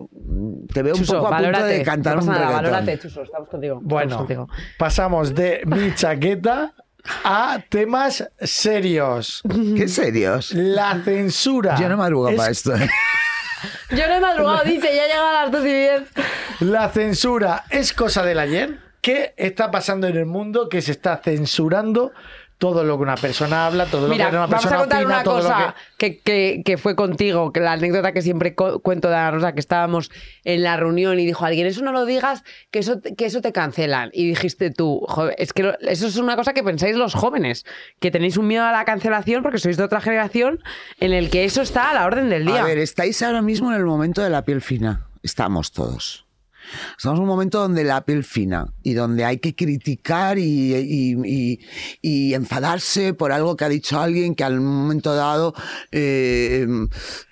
S6: te veo
S4: Chuso,
S6: un poco a punto
S4: valórate.
S6: de cantar
S4: no pasa
S6: un
S4: nada,
S6: reggaetón.
S4: valórate, Chuso, estamos contigo.
S3: Bueno,
S4: estamos contigo.
S3: pasamos de mi chaqueta a temas serios.
S6: ¿Qué serios?
S3: La censura.
S6: Yo no madrugo
S3: Es-
S6: para esto. ¿eh?
S4: Yo no he madrugado, dice, ya he llegado a las 12 y 10.
S3: La censura es cosa del ayer. ¿Qué está pasando en el mundo que se está censurando todo lo que una persona habla, todo lo
S4: Mira,
S3: que una
S4: vamos a
S3: persona
S4: contar
S3: opina,
S4: una
S3: todo
S4: cosa
S3: lo que...
S4: que... que- que fue contigo, que la anécdota que siempre co- cuento de Ana Rosa, que estábamos en la reunión y dijo alguien, eso no lo digas, que eso, te- que eso te cancelan. Y dijiste tú, "Jo, es que lo- eso es una cosa que pensáis los jóvenes, que tenéis un miedo a la cancelación porque sois de otra generación en el que eso está a la orden del día.
S6: A ver, estáis ahora mismo en el momento de la piel fina. Estamos todos. Estamos en un momento donde la piel fina y donde hay que criticar y, y- y- y enfadarse por algo que ha dicho alguien que al momento dado, eh,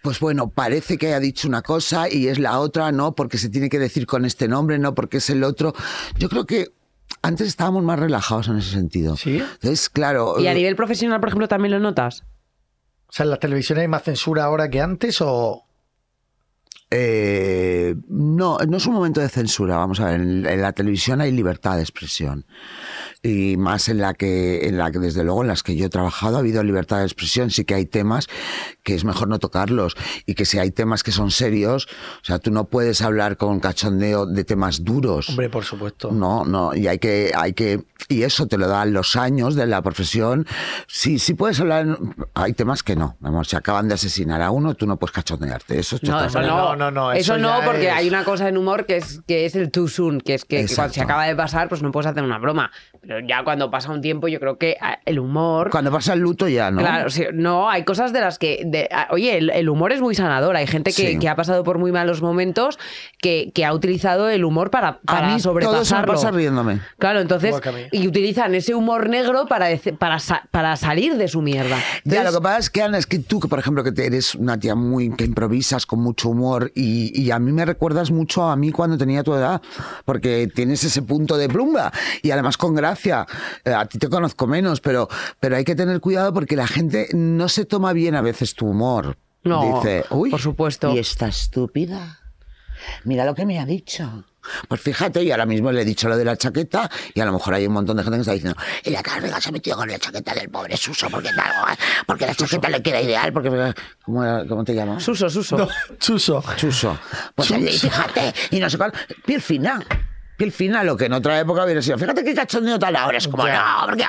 S6: pues bueno, parece que haya dicho una cosa y es la otra, no porque se tiene que decir con este nombre, no porque es el otro. Yo creo que antes estábamos más relajados en ese sentido.
S3: Sí.
S6: Entonces, claro.
S4: y a
S6: eh,
S4: nivel profesional, por ejemplo, también lo notas.
S3: O sea, ¿en las televisiones hay más censura ahora que antes o...?
S6: Eh, no, no es un momento de censura. Vamos a ver, en, en la televisión hay libertad de expresión. y más en la que, en la que desde luego en las que yo he trabajado ha habido libertad de expresión, sí que hay temas que es mejor no tocarlos y que si hay temas que son serios, o sea, tú no puedes hablar con cachondeo de temas duros.
S3: Hombre, por supuesto.
S6: No, no, y hay que, hay que, y eso te lo dan los años de la profesión. Sí, sí puedes hablar, en- hay temas que no. Vamos, si acaban de asesinar a uno, tú no puedes cachondearte. Eso es
S4: No,
S6: total-
S4: eso
S3: No,
S4: no.
S3: no, no,
S4: Eso,
S3: eso
S4: no,
S3: ya
S4: porque
S3: es-
S4: hay una cosa en humor que es, que es el too soon, que es que, que cuando
S6: Exacto.
S4: se acaba de pasar, pues no puedes hacer una broma. Pero ya cuando pasa un tiempo, yo creo que ah, el humor.
S6: Cuando pasa el luto ya, ¿no?
S4: Claro, sí, no, hay cosas de las que. de- ah, oye, el, el humor es muy sanador. Hay gente que,
S6: Sí.
S4: que ha pasado por muy malos momentos que, que ha utilizado el humor para, para
S6: a mí todo se me
S4: sobrepasarlo.
S6: pasa riéndome.
S4: Claro, entonces.
S3: Igual que a mí.
S4: Y utilizan ese humor negro para, dec- para, sa- para salir de su mierda.
S6: Ya,
S4: Entonces,
S6: lo que pasa es que, Ana, es que tú, que por ejemplo, que te- eres una tía muy que improvisas con mucho humor y, y a mí me recuerdas mucho a mí cuando tenía tu edad, porque tienes ese punto de plumba y además con gracia. Eh, A ti te conozco menos, pero, pero hay que tener cuidado porque la gente no se toma bien a veces tu humor.
S4: No,
S6: Dice, uy,
S4: por supuesto.
S6: Y está estúpida. Mira lo que me ha dicho. Pues fíjate, y ahora mismo le he dicho lo de la chaqueta, y a lo mejor hay un montón de gente que está diciendo, y la carga se ha metido con la chaqueta del pobre Suso, porque, tal, porque la chaqueta le queda ideal, porque... ¿Cómo, era- cómo te llamas?
S4: Suso, Suso.
S3: No, Chuso.
S6: Suso. Pues y fíjate, y no sé cuál, piel fina. Piel fina, lo que en otra época hubiera sido, fíjate qué cachondeo tal ahora, es como,
S3: Ya.
S6: no, porque...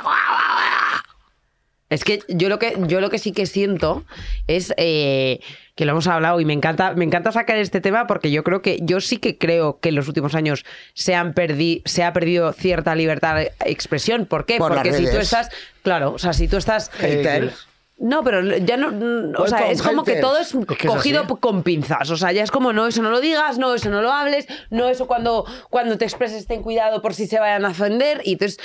S4: Es que yo lo que yo lo que sí que siento es eh, que lo hemos hablado y me encanta me encanta sacar este tema porque yo creo que yo sí que creo que en los últimos años se han perdi- se ha perdido cierta libertad de expresión. ¿Por qué?
S6: Por las
S4: porque si tú
S6: redes.
S4: estás claro, o sea, si tú estás
S6: Hater.
S4: no, pero ya no. mm, O sea,
S6: Welcome,
S4: es como que
S6: haters.
S4: todo es,
S3: Es que es
S4: cogido
S3: así.
S4: con pinzas. O sea, ya es como, no, eso no lo digas, no, eso no lo hables, no, eso cuando, cuando te expreses ten cuidado por si se vayan a ofender. Y entonces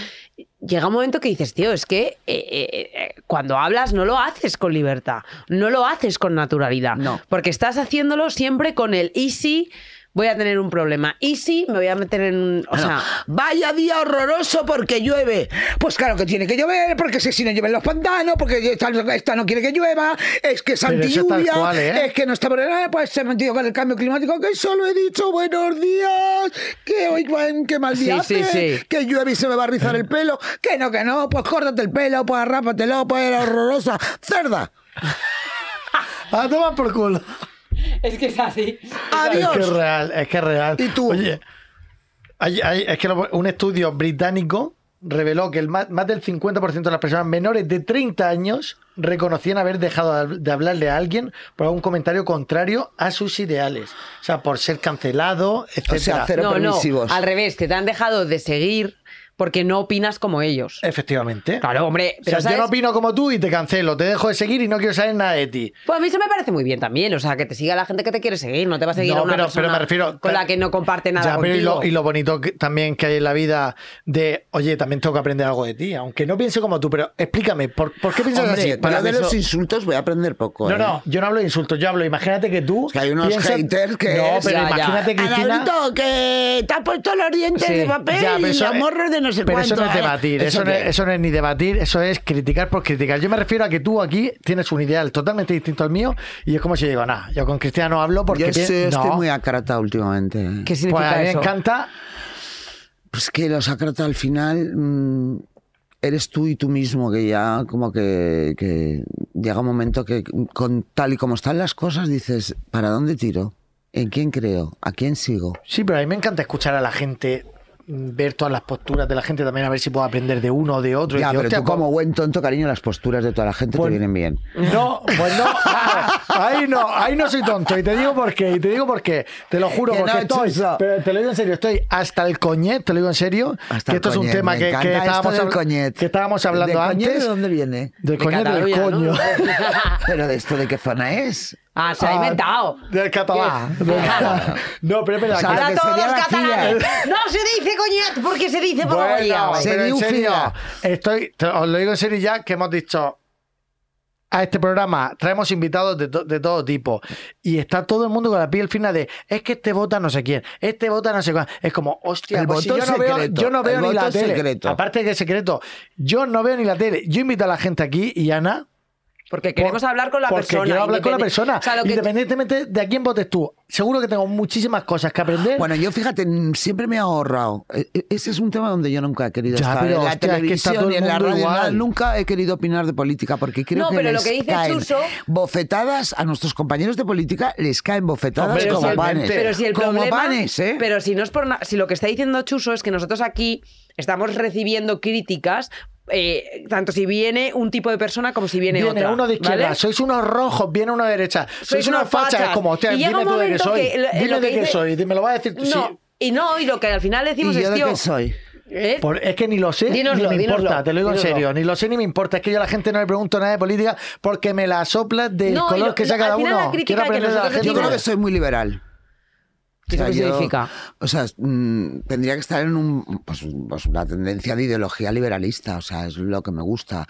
S4: llega un momento que dices, tío, es que eh, eh, eh, cuando hablas no lo haces con libertad, no lo haces con naturalidad.
S6: No.
S4: Porque estás haciéndolo siempre con el easy. Voy a tener un problema. Y si me voy a meter en un.
S6: Ah,
S4: O sea,
S6: vaya día horroroso porque llueve. Pues claro que tiene que llover, porque si, si no llueven los pantanos, porque esta, esta no quiere que llueva, es que es
S3: Pero eso tal
S6: antilluvia,
S3: cual, ¿eh?
S6: es que no está por nada, pues se ha metido con el cambio climático, que solo he dicho buenos días, que hoy van, que mal día
S4: Sí, sí,
S6: hace,
S4: sí.
S6: que llueve y se me va a rizar el pelo, que no, que no, pues córtate el pelo, pues arrápatelo, pues era horrorosa, cerda.
S3: A tomar por culo.
S4: es que es así.
S3: Es que es
S6: Adiós.
S3: real, es que es real.
S6: ¿Y tú?
S3: Oye, hay- hay- es que lo- un estudio británico reveló que el ma- más, del 50% de las personas menores de 30 años reconocían haber dejado de hab- de hablarle a alguien por algún comentario contrario a sus ideales. O sea, por ser cancelado, etc.
S6: O sea, cero
S4: no,
S6: permisivos.
S4: No, al revés, que te han dejado de seguir porque no opinas como ellos.
S3: Efectivamente.
S4: Claro, hombre,
S3: Eh, O sea,
S4: pero
S3: yo no
S4: ¿sabes?
S3: opino como tú y te cancelo, te dejo de seguir y no quiero saber nada de ti.
S4: Pues a mí eso me parece muy bien también, o sea, que te siga la gente que te quiere seguir, no te va a seguir
S3: No,
S4: a una
S3: pero,
S4: persona
S3: pero me refiero
S4: con la que no comparte nada
S3: Ya, pero y lo,
S4: contigo.
S3: y lo bonito que- también que hay en la vida de, oye, también tengo que aprender algo de ti, aunque no piense como tú, pero explícame, ¿por, por qué piensas
S6: Hombre,
S3: así?
S6: yo
S3: Para
S6: de
S3: mí
S6: los
S3: eso-
S6: insultos voy a aprender poco.
S3: No,
S6: ¿eh?
S3: no, yo no hablo de insultos, yo hablo, imagínate que tú...
S6: Que hay unos haters que
S3: No,
S6: es-
S3: pero
S4: Ya, ya.
S3: imagínate, Cristina...
S6: Adalberto, que te has puesto los dientes
S4: Sí,
S6: de papel
S3: Ya, pero
S6: y
S3: eso
S6: los
S3: es-
S6: morros de no sé
S3: pero
S6: cuánto.
S3: eso no es
S6: ¿eh?
S3: debatir, eso, no
S6: qué?
S3: es, eso no es ni debatir, eso es criticar por criticar. Yo me refiero a que tú aquí tienes un ideal totalmente distinto al mío y es como si yo digo, nada, yo con Cristina no hablo porque...
S6: Yo
S3: pien-
S6: sí estoy
S3: no.
S6: muy acarata últimamente. ¿eh?
S4: ¿Qué
S3: Pues
S4: significa
S3: a mí me
S4: eso?
S3: encanta...
S6: Pues que los acrata al final mm, eres tú y tú mismo, que ya como que, que llega un momento que con tal y como están las cosas dices, ¿para dónde tiro? ¿En quién creo? ¿A quién sigo?
S3: Sí, pero a mí me encanta escuchar a la gente, mm, ver todas las posturas de la gente también, a ver si puedo aprender de uno o de otro. y
S6: Ya,
S3: decir,
S6: pero
S3: "Hostia,
S6: tú como buen tonto, cariño, las posturas de toda la gente
S3: Bueno.
S6: te vienen bien.
S3: No, pues no. ah, Ahí no, ahí no soy tonto. Y te digo por qué, y te digo por qué. Te lo juro,
S6: Que
S3: porque
S6: no,
S3: estoy.
S6: Chuso.
S3: Pero te lo digo en serio, estoy hasta el coñet, te lo digo en serio. que
S6: Hasta el
S3: esto es
S6: coñet,
S3: un tema
S6: me
S3: que,
S6: encanta
S3: que
S6: esto
S3: estábamos
S6: del
S3: habl-
S6: coñet.
S3: que estábamos hablando
S6: ¿De coñet
S3: antes.
S6: ¿De dónde viene?
S3: Del
S4: De
S3: coñet del
S4: Cataluña, ¿no?
S3: coño.
S6: Pero de esto, ¿de qué zona es?
S4: Ah, se lo ha
S3: Ah,
S4: inventado.
S3: Del catalán. Del catalán. No, pero es verdad.
S6: O sea,
S3: que-
S6: ahora
S4: Ahora
S6: que
S4: todos
S6: sería
S4: los
S6: la CIA.
S4: catalanes. No se dice coñet porque se dice por la
S3: Bueno,
S6: Se
S3: pero en
S6: dio un
S3: serio,
S6: fila.
S3: estoy, te- os lo digo en serio ya que hemos dicho a este programa traemos invitados de, to- de todo tipo y está todo el mundo con la piel fina de es que este vota no sé quién, este vota no sé cuál. Es como, hostia,
S6: El
S3: pues si
S6: voto
S3: yo, no veo,
S6: secreto,
S3: yo no veo
S6: el
S3: ni la
S6: voto
S3: tele.
S6: secreto.
S3: Aparte que es secreto, yo no veo ni la tele. Yo invito a la gente aquí y Ana.
S4: Porque queremos
S3: por-
S4: hablar con la
S3: porque
S4: persona.
S3: quiero hablar con la
S4: independe-
S3: persona.
S4: O sea, lo que-
S3: Independientemente de a quién votes tú. seguro que tengo muchísimas cosas que aprender.
S6: Bueno, yo fíjate, mm, siempre me he ahorrado. E- e- Ese es un tema donde yo nunca he querido
S3: Ya,
S6: estar.
S3: pero,
S6: en la
S3: hostia, es que está
S6: televisión
S3: todo el
S6: y en la
S3: mundo
S6: radio, nada,
S3: igual.
S6: nunca he querido opinar de política porque creo
S4: No,
S6: que
S4: pero lo
S6: les
S4: que dice
S6: caen
S4: Chuso-
S6: bofetadas a nuestros compañeros de política les caen bofetadas
S7: Hombre,
S6: como
S7: totalmente.
S4: Ah,
S6: panes.
S4: Pero si el
S6: como
S4: problema,
S6: panes, ¿eh?
S4: Pero si no es por na- si lo que está diciendo Chuso es que nosotros aquí estamos recibiendo críticas. eh, tanto si viene un tipo de persona como si viene,
S3: Viene
S4: otra.
S3: uno de izquierda,
S4: ¿vale?
S3: sois unos rojos, viene uno de derecha, sois, unos fachas. Es como, hostia,
S4: Y llega
S3: dime
S4: un
S3: tú de qué
S4: momento
S3: soy.
S4: que lo-
S3: dime
S4: lo
S3: de
S4: que
S3: qué
S4: dice-
S3: soy. Me lo vas a decir tú.
S4: No,
S3: sí.
S4: y no, y lo que al final decimos
S6: ¿Y
S4: es,
S6: yo de
S4: tío,
S6: qué soy?
S4: ¿eh?
S3: Por- es que ni lo sé
S4: Dínoslo,
S3: ni me
S4: dínoslo,
S3: importa, te lo digo en
S4: dínoslo.
S3: serio, ni lo sé ni me importa. Es que yo a la gente no le pregunto nada de política porque me la sopla del
S4: No, y
S3: color
S4: lo-
S3: que sea
S4: al
S3: cada
S4: final la
S3: uno.
S4: crítica
S3: Quiero
S4: que
S3: aprender de la
S4: nosotros
S3: gente.
S6: Yo creo
S4: decimos-
S6: que soy muy liberal.
S4: ¿Eso qué significa?
S6: O sea, mm, tendría que estar en un, pues, pues una tendencia de ideología liberalista, o sea, es lo que me gusta,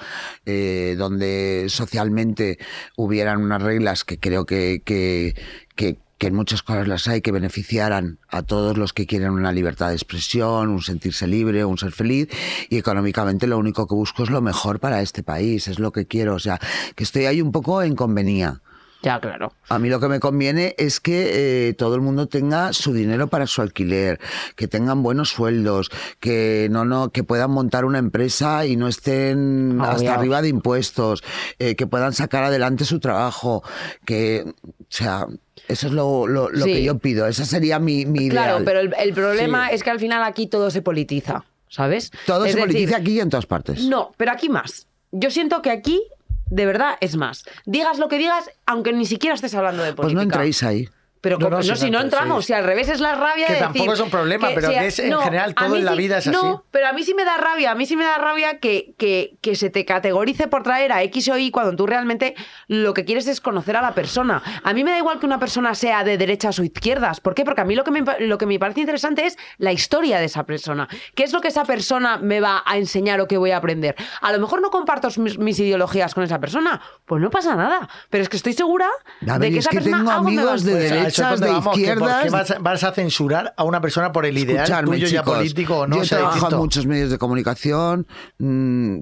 S6: eh, donde socialmente hubieran unas reglas que creo que, que, que- que en muchas cosas las hay, que beneficiaran a todos los que quieren una libertad de expresión, un sentirse libre, un ser feliz, y económicamente lo único que busco es lo mejor para este país, es lo que quiero, o sea, que estoy ahí un poco en convenía.
S4: Ya, claro.
S6: A mí lo que me conviene es que eh, todo el mundo tenga su dinero para su alquiler, que tengan buenos sueldos, que no, no, que puedan montar una empresa y no estén hasta
S4: Agobiados.
S6: arriba de impuestos, eh, que puedan sacar adelante su trabajo, que, o sea, eso es lo, lo- lo
S4: Sí.
S6: que yo pido. Esa sería mi, mi
S4: Claro,
S6: ideal.
S4: pero el, el problema es que al final aquí todo se politiza, ¿sabes?
S6: todo
S4: Es
S6: se politiza
S4: decir,
S6: aquí y en todas partes.
S4: No, pero aquí más. Yo siento que aquí, de verdad, es más. Digas lo que digas, aunque ni siquiera estés hablando de
S6: pues
S4: política.
S6: no entráis ahí.
S4: Pero
S3: No,
S4: como- no,
S3: no, si
S4: si
S3: no
S4: no
S3: entráis,
S4: entramos,
S3: sí.
S4: si al revés es la rabia
S3: Que
S4: de
S3: tampoco
S4: decir
S3: es un problema, pero que es en general,
S4: a
S3: todo
S4: mí
S3: en la
S4: sí-
S3: vida es así.
S4: No, pero a mí sí me da rabia, a mí sí me da rabia que, que, que se te categorice por traer a X o Y cuando tú realmente lo que quieres es conocer a la persona. A mí me da igual que una persona sea de derechas o izquierdas. ¿Por qué? Porque a mí lo que me, lo que me parece interesante es la historia de esa persona. ¿Qué es lo que esa persona me va a enseñar o que voy a aprender? A lo mejor no comparto mis, mis ideologías con esa persona, pues no pasa nada. Pero es que estoy segura
S6: A
S4: de
S6: ver,
S4: que
S6: es
S4: esa
S6: que
S4: persona
S6: tengo
S4: algo me va a
S6: amigos de
S4: enseñar.
S3: O sea, eso
S6: derechas,
S3: es donde
S6: de
S3: vamos, que ¿Por qué
S6: izquierdas.
S3: vas a, vas a censurar a una persona por el ideal
S6: Escuchadme,
S3: tuyo ya
S6: chicos,
S3: político o no?
S6: Yo
S3: O
S6: he
S3: sea,
S6: trabajado
S3: distinto.
S6: en muchos medios de comunicación, mm,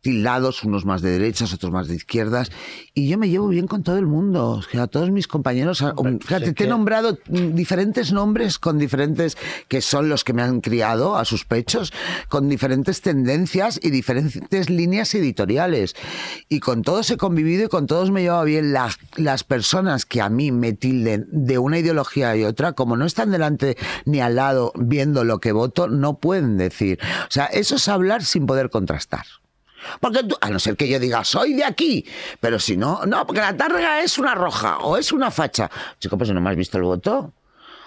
S6: tildados, unos más de derechas, otros más de izquierdas, y yo me llevo bien con todo el mundo, o sea, todos mis compañeros. a-
S3: Hombre,
S6: Fíjate,
S3: sé
S6: te he
S3: que-
S6: nombrado mm, diferentes nombres con diferentes, que son los que me han criado a sus pechos, con diferentes tendencias y diferentes líneas editoriales. Y con todos he convivido y con todos me llevaba bien. Las, las personas que a mí me tilden de una ideología y otra, como no están delante ni al lado viendo lo que voto, no pueden decir. O sea, eso es hablar sin poder contrastar. Porque tú- a no ser que yo diga, soy de aquí, pero si no, no, porque la targa es una roja o es una facha. Chico, pues no me has visto el voto.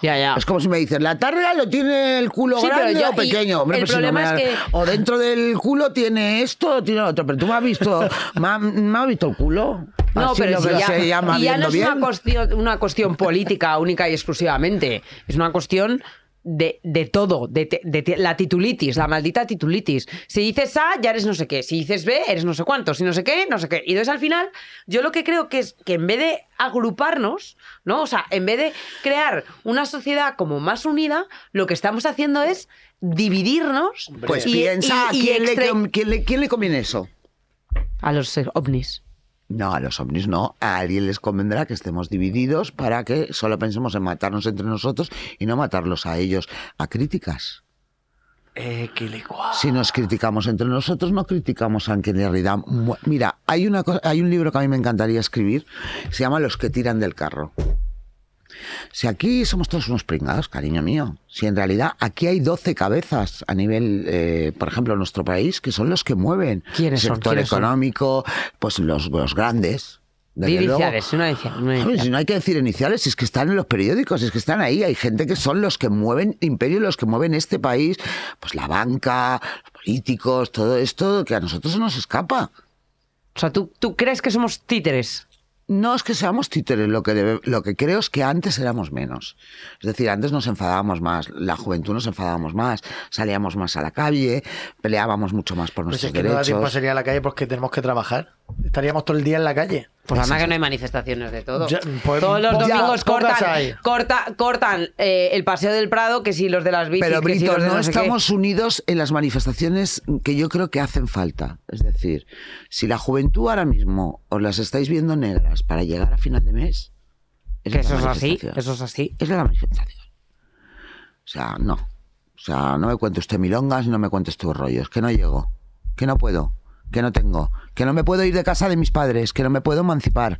S4: Ya, ya.
S6: Es como si me dices, la targa lo tiene el culo
S4: Ah. Sí, pero
S6: grande
S4: yo-
S6: o pequeño.
S4: y
S6: Hombre,
S4: el
S6: pues si no
S4: problema
S6: me
S4: es que-
S6: ha- O dentro del culo tiene esto o tiene lo otro. Pero tú me has visto, me, ha- me has visto el culo.
S4: No,
S6: Así
S4: pero
S6: lo
S4: que
S6: que
S4: ya,
S6: se llama
S4: y ya no
S6: viendo
S4: es
S6: bien.
S4: Una, cuestión, una cuestión política única y exclusivamente. Es una cuestión de, de todo, de, te- de te- la titulitis, la maldita titulitis. Si dices A, ya eres no sé qué. Si dices B, eres no sé cuánto. Si no sé qué, no sé qué. Y entonces al final, yo lo que creo que es que en vez de agruparnos, ¿no? O sea, en vez de crear una sociedad como más unida, lo que estamos haciendo es dividirnos.
S6: Pues
S4: y-
S6: piensa,
S4: y- y
S6: ¿a quién, le,
S4: extre-
S6: con- quién le- quién le conviene eso?
S4: A los eh, ovnis.
S6: No, a los ovnis no. A alguien les convendrá que estemos divididos para que solo pensemos en matarnos entre nosotros y no matarlos a ellos a críticas. Si nos criticamos entre nosotros, no criticamos a Anken Herrida. Mu- Mira, hay, una cosa- hay un libro que a mí me encantaría escribir, se llama Los que tiran del carro. Si aquí somos todos unos pringados, cariño mío. Si en realidad aquí hay 12 cabezas a nivel, eh, por ejemplo, nuestro país, que son los que mueven el
S4: ¿Quiénes son?
S6: sector
S4: ¿Quiénes son?
S6: económico, pues los, los grandes. desde
S4: Di
S6: luego.
S4: iniciales, una inicial, una
S6: Ay,
S4: inicial.
S6: si no hay que decir iniciales, si es que están en los periódicos, si es que están ahí. Hay gente que son los que mueven imperio, los que mueven este país, pues la banca, los políticos, todo esto que a nosotros se nos escapa.
S4: O sea, ¿tú, tú crees que somos títeres?
S6: No es que seamos títeres, lo que, debe- lo que creo es que antes éramos menos. Es decir, antes nos enfadábamos más, la juventud nos enfadábamos más, salíamos más a la calle, peleábamos mucho más por
S3: Pues
S6: nuestros
S3: es que no da
S6: derechos.
S3: tiempo a salir a la calle porque tenemos que trabajar. Estaríamos todo el día en la calle.
S4: Pues además que no hay manifestaciones de todo.
S3: Ya, pues,
S4: Todos los
S3: ya,
S4: domingos
S3: pocas hay.
S4: cortan, corta- cortan eh, el paseo del Prado, que si los de las bicis,
S6: Pero
S4: que si
S6: Brito,
S4: los de
S6: no
S4: sé qué.
S6: estamos unidos en las manifestaciones que yo creo que hacen falta. Es decir, si la juventud ahora mismo os las estáis viendo negras para llegar a final de mes, Es
S4: Que
S6: una
S4: eso es así,
S6: manifestación.
S4: eso es así.
S6: Es la manifestación. O sea, no. O sea, no me cuente usted milongas, no me cuentes tus rollos, que no llego, que no puedo, que no tengo, que no me puedo ir de casa de mis padres, que no me puedo emancipar,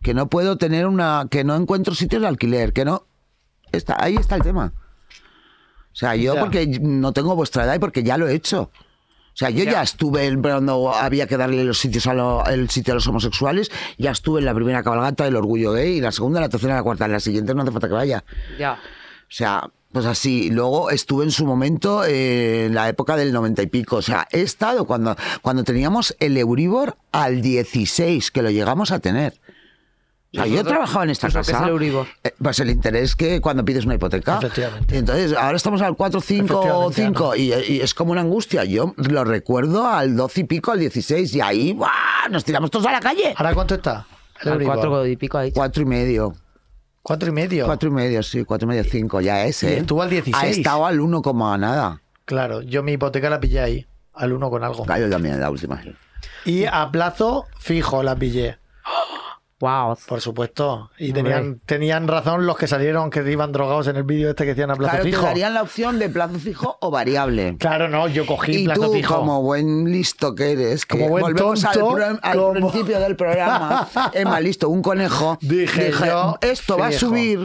S6: que no puedo tener una, que no encuentro sitios de alquiler, que no. Está, ahí está el tema. O sea, yo
S3: Ya.
S6: porque no tengo vuestra edad y porque ya lo he hecho. O sea, yo ya, estuve en- cuando había que darle los sitios a lo- el sitio a los homosexuales, ya estuve en la primera cabalgata del orgullo gay, y la segunda, la tercera, la cuarta, en la siguiente no hace falta que vaya.
S4: Ya.
S6: O sea, pues así. Luego estuve en su momento eh, en la época del noventa y pico. O sea, he estado cuando, cuando teníamos el Euribor al 16, que lo llegamos a tener. O sea, yo
S4: Nosotros-
S6: trabajaba en esta
S4: ¿eso qué
S6: casa.
S4: es el Euribor?
S6: Eh, Pues el interés que cuando pides una hipoteca.
S3: Efectivamente.
S6: Entonces, ahora estamos al 4, 5,
S3: Efectivamente,
S6: 5 y, y es como una angustia. Yo lo recuerdo al 12 y pico, al 16 y ahí ¡buah! nos tiramos todos a la calle.
S3: ¿Ahora cuánto está? El
S4: Al
S3: Euribor.
S4: cuatro y pico ha dicho.
S6: Cuatro y medio.
S3: Cuatro y medio.
S6: Cuatro y medio, sí, cuatro y medio, cinco, ya es,
S3: Y
S6: ¿eh?
S3: estuvo al 16.
S6: Ha estado al 1, coma nada.
S3: Claro, yo mi hipoteca la pillé ahí, al uno con algo.
S6: Cayó también la última.
S3: Y a plazo fijo la pillé,
S4: Wow.
S3: por supuesto. Y tenían, tenían razón los que salieron que iban drogados en el vídeo este que decían a plazo
S6: Claro, te
S3: fijo.
S6: darían la opción de plazo fijo o variable.
S3: Claro, no, yo cogí
S6: Y
S3: plazo
S6: tú,
S3: fijo.
S6: como buen listo que eres, que
S3: Como buen
S6: volvemos al
S3: tonto,
S6: pro- al,
S3: como-
S6: principio del programa, es más listo, un conejo.
S3: Dije yo,
S6: esto va a
S3: fijo.
S6: subir,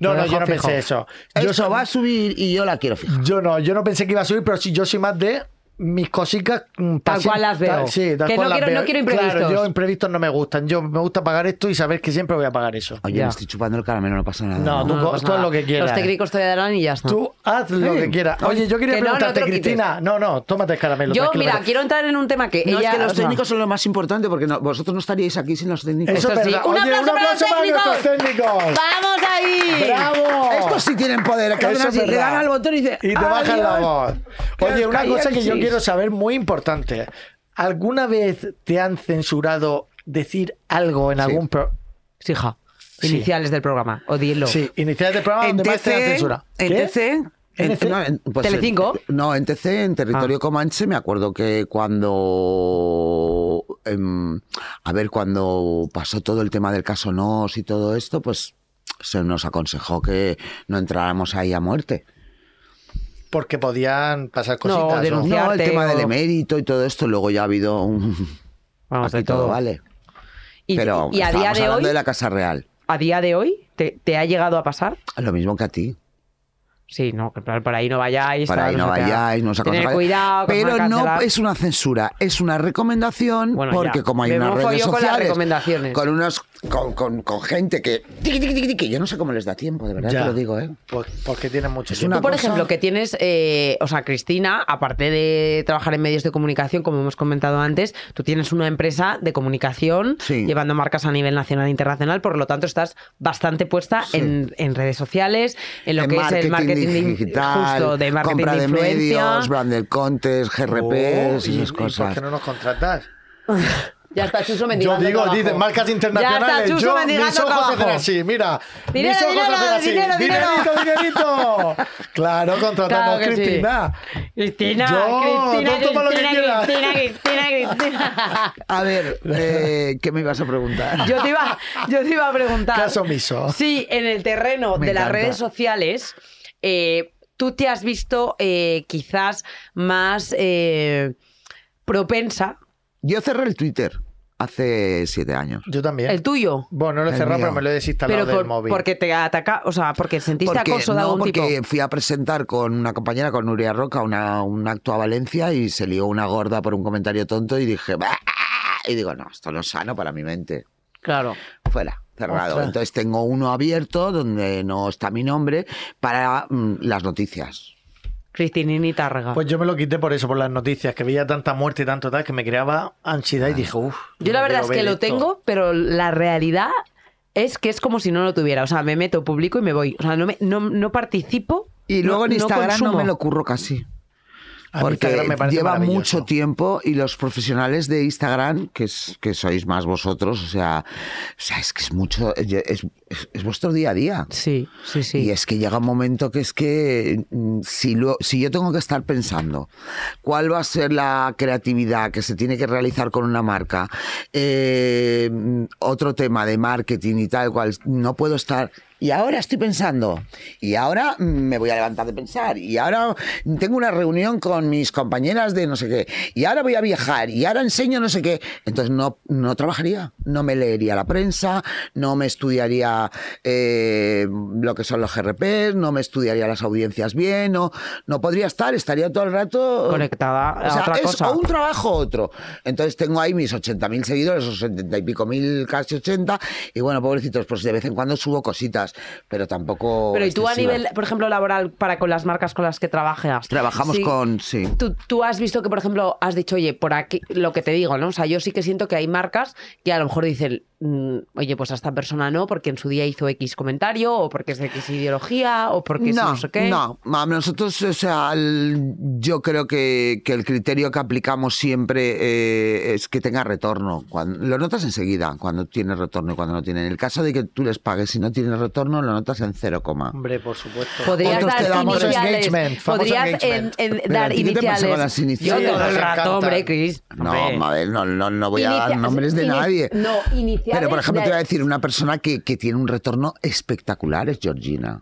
S3: No, no,
S4: Conejo
S3: yo no
S4: fijo.
S3: pensé eso. Yo,
S6: esto
S3: so-
S6: va a subir y yo la quiero fijar.
S3: yo no, yo no pensé que iba a subir, pero sí, yo soy más de mis cositas mm,
S4: Tal
S3: pasi-
S4: cual las veo.
S3: tal- sí, tal
S4: Que no
S3: cual las
S4: quiero- no
S3: veo.
S4: quiero imprevistos.
S3: Claro, yo imprevistos no me gustan. Yo me gusta pagar esto y saber que siempre voy a pagar eso.
S6: Oye,
S4: Ya.
S6: me estoy chupando el caramelo, no pasa nada.
S3: No, tú co-
S4: pasa
S3: tú haz
S4: pues nada.
S3: lo que quieras.
S4: Los técnicos te darán y ya está.
S3: Tú haz lo
S6: Sí.
S3: que quieras. Oye, yo quería
S4: Que no, no te
S3: preguntarte,
S4: lo quites.
S3: Cristina. No, no, tómate el caramelo.
S4: yo,
S3: tranquila,
S4: mira,
S3: pero-
S4: quiero entrar en un tema que
S6: No,
S4: ella.
S6: es que los
S4: o sea,
S6: técnicos son lo más importante porque no- vosotros no estaríais aquí sin los técnicos.
S3: Eso, es
S4: Eso sí.
S3: verdad.
S4: Un
S3: Oye,
S4: aplauso para los
S3: nuestros técnicos.
S4: ¡Vamos ahí!
S3: ¡Bravo!
S6: Estos sí tienen poder, que hacen
S3: Eso es
S6: así, le
S3: verdad.
S6: dan al botón y dicen.
S3: Y te bajan la
S6: "Adiós".
S3: voz. Oye, una
S6: Cállate,
S3: cosa que yo
S6: sí.
S3: quiero saber muy importante. ¿Alguna vez te han censurado decir algo en algún pro-
S4: Sí, hija.
S3: Sí.
S4: Iniciales del programa. O dilo.
S3: Sí, iniciales del programa donde más te han censurado.
S6: En
S3: ¿Qué?
S6: TC. en-
S3: ¿NC?
S6: no, en- pues en-
S4: ¿Telecinco? Ah.
S6: no, en TC, en territorio Comanche, me acuerdo que cuando. em, a ver, cuando pasó todo el tema del caso NOS y todo esto, pues se nos aconsejó que no entráramos ahí a muerte.
S3: Porque podían pasar
S4: No,
S3: cositas. ¿no?
S4: denunciar.
S6: No, el
S4: Anunciarte
S6: tema del
S4: o-
S6: emérito y todo esto, luego ya ha habido un.
S4: Vamos,
S6: aquí
S4: de todo.
S6: vale.
S4: Y,
S6: Pero
S4: y a día
S6: estábamos
S4: de hoy,
S6: hablando de la Casa Real.
S4: a día de hoy, ¿te, te ha llegado a pasar?
S6: Lo mismo que a ti.
S4: Sí, no, que por por ahí no vayáis.
S6: Para
S4: tal,
S6: ahí no
S4: sé qué.
S6: vayáis, no os
S4: Tener
S6: aconsejáis.
S4: cuidado. que os van
S6: Pero
S4: a
S6: no
S4: cancelar.
S6: es una censura, es una recomendación,
S4: Bueno,
S6: porque
S4: ya.
S6: como hay
S4: Me
S6: unas
S4: mofo
S6: redes
S4: yo con las
S6: sociales,
S4: recomendaciones.
S6: con unos, con, con- con gente que, tiqui, tiqui, tiqui, tiqui, yo no sé cómo les da tiempo, de verdad
S3: Ya.
S6: te lo digo, ¿eh?
S3: Por- porque tienen mucho
S6: Es
S3: tiempo.
S6: una
S4: Tú, por
S6: cosa-
S4: ejemplo, que tienes, eh, o sea, Cristina, aparte de trabajar en medios de comunicación, como hemos comentado antes, tú tienes una empresa de comunicación
S6: Sí.
S4: llevando marcas a nivel nacional e internacional, por lo tanto estás bastante puesta
S6: Sí.
S4: en, en redes sociales, en lo
S6: En
S4: que es el marketing de-
S6: digital,
S4: justo de marketing
S6: compra
S4: de
S6: de,
S4: influencia.
S6: medios, branded contest,
S3: Oh,
S6: GRPs,
S3: ¿y-
S6: y
S3: y
S6: esas
S3: ¿Por
S6: cosas.
S3: qué no nos contratas?
S4: Ya está Chuso
S3: Yo
S4: mendigando
S3: digo,
S4: trabajo.
S3: dicen marcas
S4: Ya
S3: internacionales.
S4: está Chuso
S3: Yo,
S4: mendigando
S3: mis ojos
S4: trabajo.
S3: hacen así, mira.
S4: Dinero,
S3: mis ojos
S4: dinero,
S3: hacen así.
S4: dinero, dinero.
S3: dinerito, dinerito. Claro, contratando
S4: Claro que sí.
S3: Cristina.
S4: Cristina,
S3: Yo,
S4: Cristina,
S3: tú toma lo que
S4: Cristina,
S3: quieras.
S4: Cristina, Cristina, Cristina.
S6: A ver, eh, ¿qué me ibas a preguntar?
S4: Yo te iba, yo te iba a preguntar.
S3: Caso omiso.
S4: Sí, en el terreno
S6: Me
S4: de las
S6: encanta.
S4: redes sociales, eh, tú te has visto eh, quizás más eh, propensa.
S6: Yo cerré el Twitter hace siete años.
S3: Yo también.
S4: El tuyo.
S3: Bueno, no lo he
S6: El
S3: cerrado,
S6: mío.
S3: pero me lo he desinstalado
S4: pero
S3: del
S4: por-
S3: móvil.
S4: porque te ataca, o sea, porque sentiste
S6: porque,
S4: acoso de
S6: no,
S4: algún
S6: porque
S4: tipo.
S6: fui a presentar con una compañera, con Nuria Roca, una, un acto a Valencia y se lió una gorda por un comentario tonto y dije... "Bah". Y digo, no, esto no es sano para mi mente.
S4: Claro.
S6: Fuera, cerrado.
S3: Ostras.
S6: Entonces tengo uno abierto donde no está mi nombre para mm, las noticias.
S4: Cristinini Tárrega.
S3: Pues yo me lo quité por eso, por las noticias, que veía tanta muerte y tanto tal, que me creaba ansiedad y dije, uff.
S4: yo la verdad es que lo tengo, pero la realidad es que es como si no lo tuviera. O sea, me meto, publico y me voy. O sea, no, me- no, no participo.
S6: Y luego
S4: no-
S6: en Instagram no,
S4: consumo.
S6: me lo curro casi.
S3: A mí
S6: porque
S3: Instagram me parece
S6: lleva
S3: maravilloso.
S6: mucho tiempo y los profesionales de Instagram, que, es, que sois más vosotros, o sea, o sea, es que es mucho, es, es- es vuestro día a día.
S4: Sí, sí, sí.
S6: Y es que llega un momento que es que mm, si, lo- si yo tengo que estar pensando cuál va a ser la creatividad que se tiene que realizar con una marca, eh, mm, otro tema de marketing y tal cual, no puedo estar... Y ahora estoy pensando, y ahora mm, me voy a levantar de pensar, y ahora tengo una reunión con mis compañeras de no sé qué, y ahora voy a viajar, y ahora enseño no sé qué. Entonces no, no trabajaría, no me leería la prensa, no me estudiaría eh, lo que son los GRPs, no me estudiaría las audiencias bien, no, no podría estar, estaría todo el rato...
S4: Conectada a
S6: O sea,
S4: otra
S6: es
S4: cosa.
S6: o un trabajo o otro. Entonces tengo ahí mis 80.000 seguidores, o 70 y pico mil, casi 80, y bueno, pobrecitos, pues de vez en cuando subo cositas, pero tampoco...
S4: Pero ¿y tú a
S6: excesivas.
S4: nivel, por ejemplo, laboral para con las marcas con las que trabajas?
S6: Trabajamos
S4: Sí.
S6: con... Sí.
S4: ¿Tú, tú has visto que, por ejemplo, has dicho, oye, por aquí, lo que te digo, ¿no? O sea, yo sí que siento que hay marcas que a lo mejor dicen, mm, oye, pues a esta persona no, porque en su día hizo X comentario, o porque es de X ideología, o porque es no sé qué.
S6: No, a nosotros, o sea, el- yo creo que, que el criterio que aplicamos siempre eh, es que tenga retorno. Cuando, lo notas enseguida, cuando tiene retorno y cuando no tiene. En el caso de que tú les pagues y no tienes retorno, lo notas en cero coma.
S3: Hombre, por supuesto.
S4: Podrías
S6: Otros te
S4: dar
S6: damos
S4: iniciales.
S3: engagement, famoso
S4: Podrías en-
S3: engagement.
S4: en
S6: Mira,
S4: dar
S6: ¿a ti qué te pasa
S4: iniciales.
S6: con las iniciales?
S4: Yo todo el
S3: Nos
S4: rato,
S3: encantan.
S4: hombre, Cris.
S6: No,
S4: hombre.
S6: madre, no, no, no voy a dar
S4: Inicia-
S6: nombres de
S4: ini-
S6: nadie.
S4: no, iniciales
S6: Pero, por ejemplo,
S4: de-
S6: te voy a decir, una persona que, que tiene un retorno espectacular es Georgina.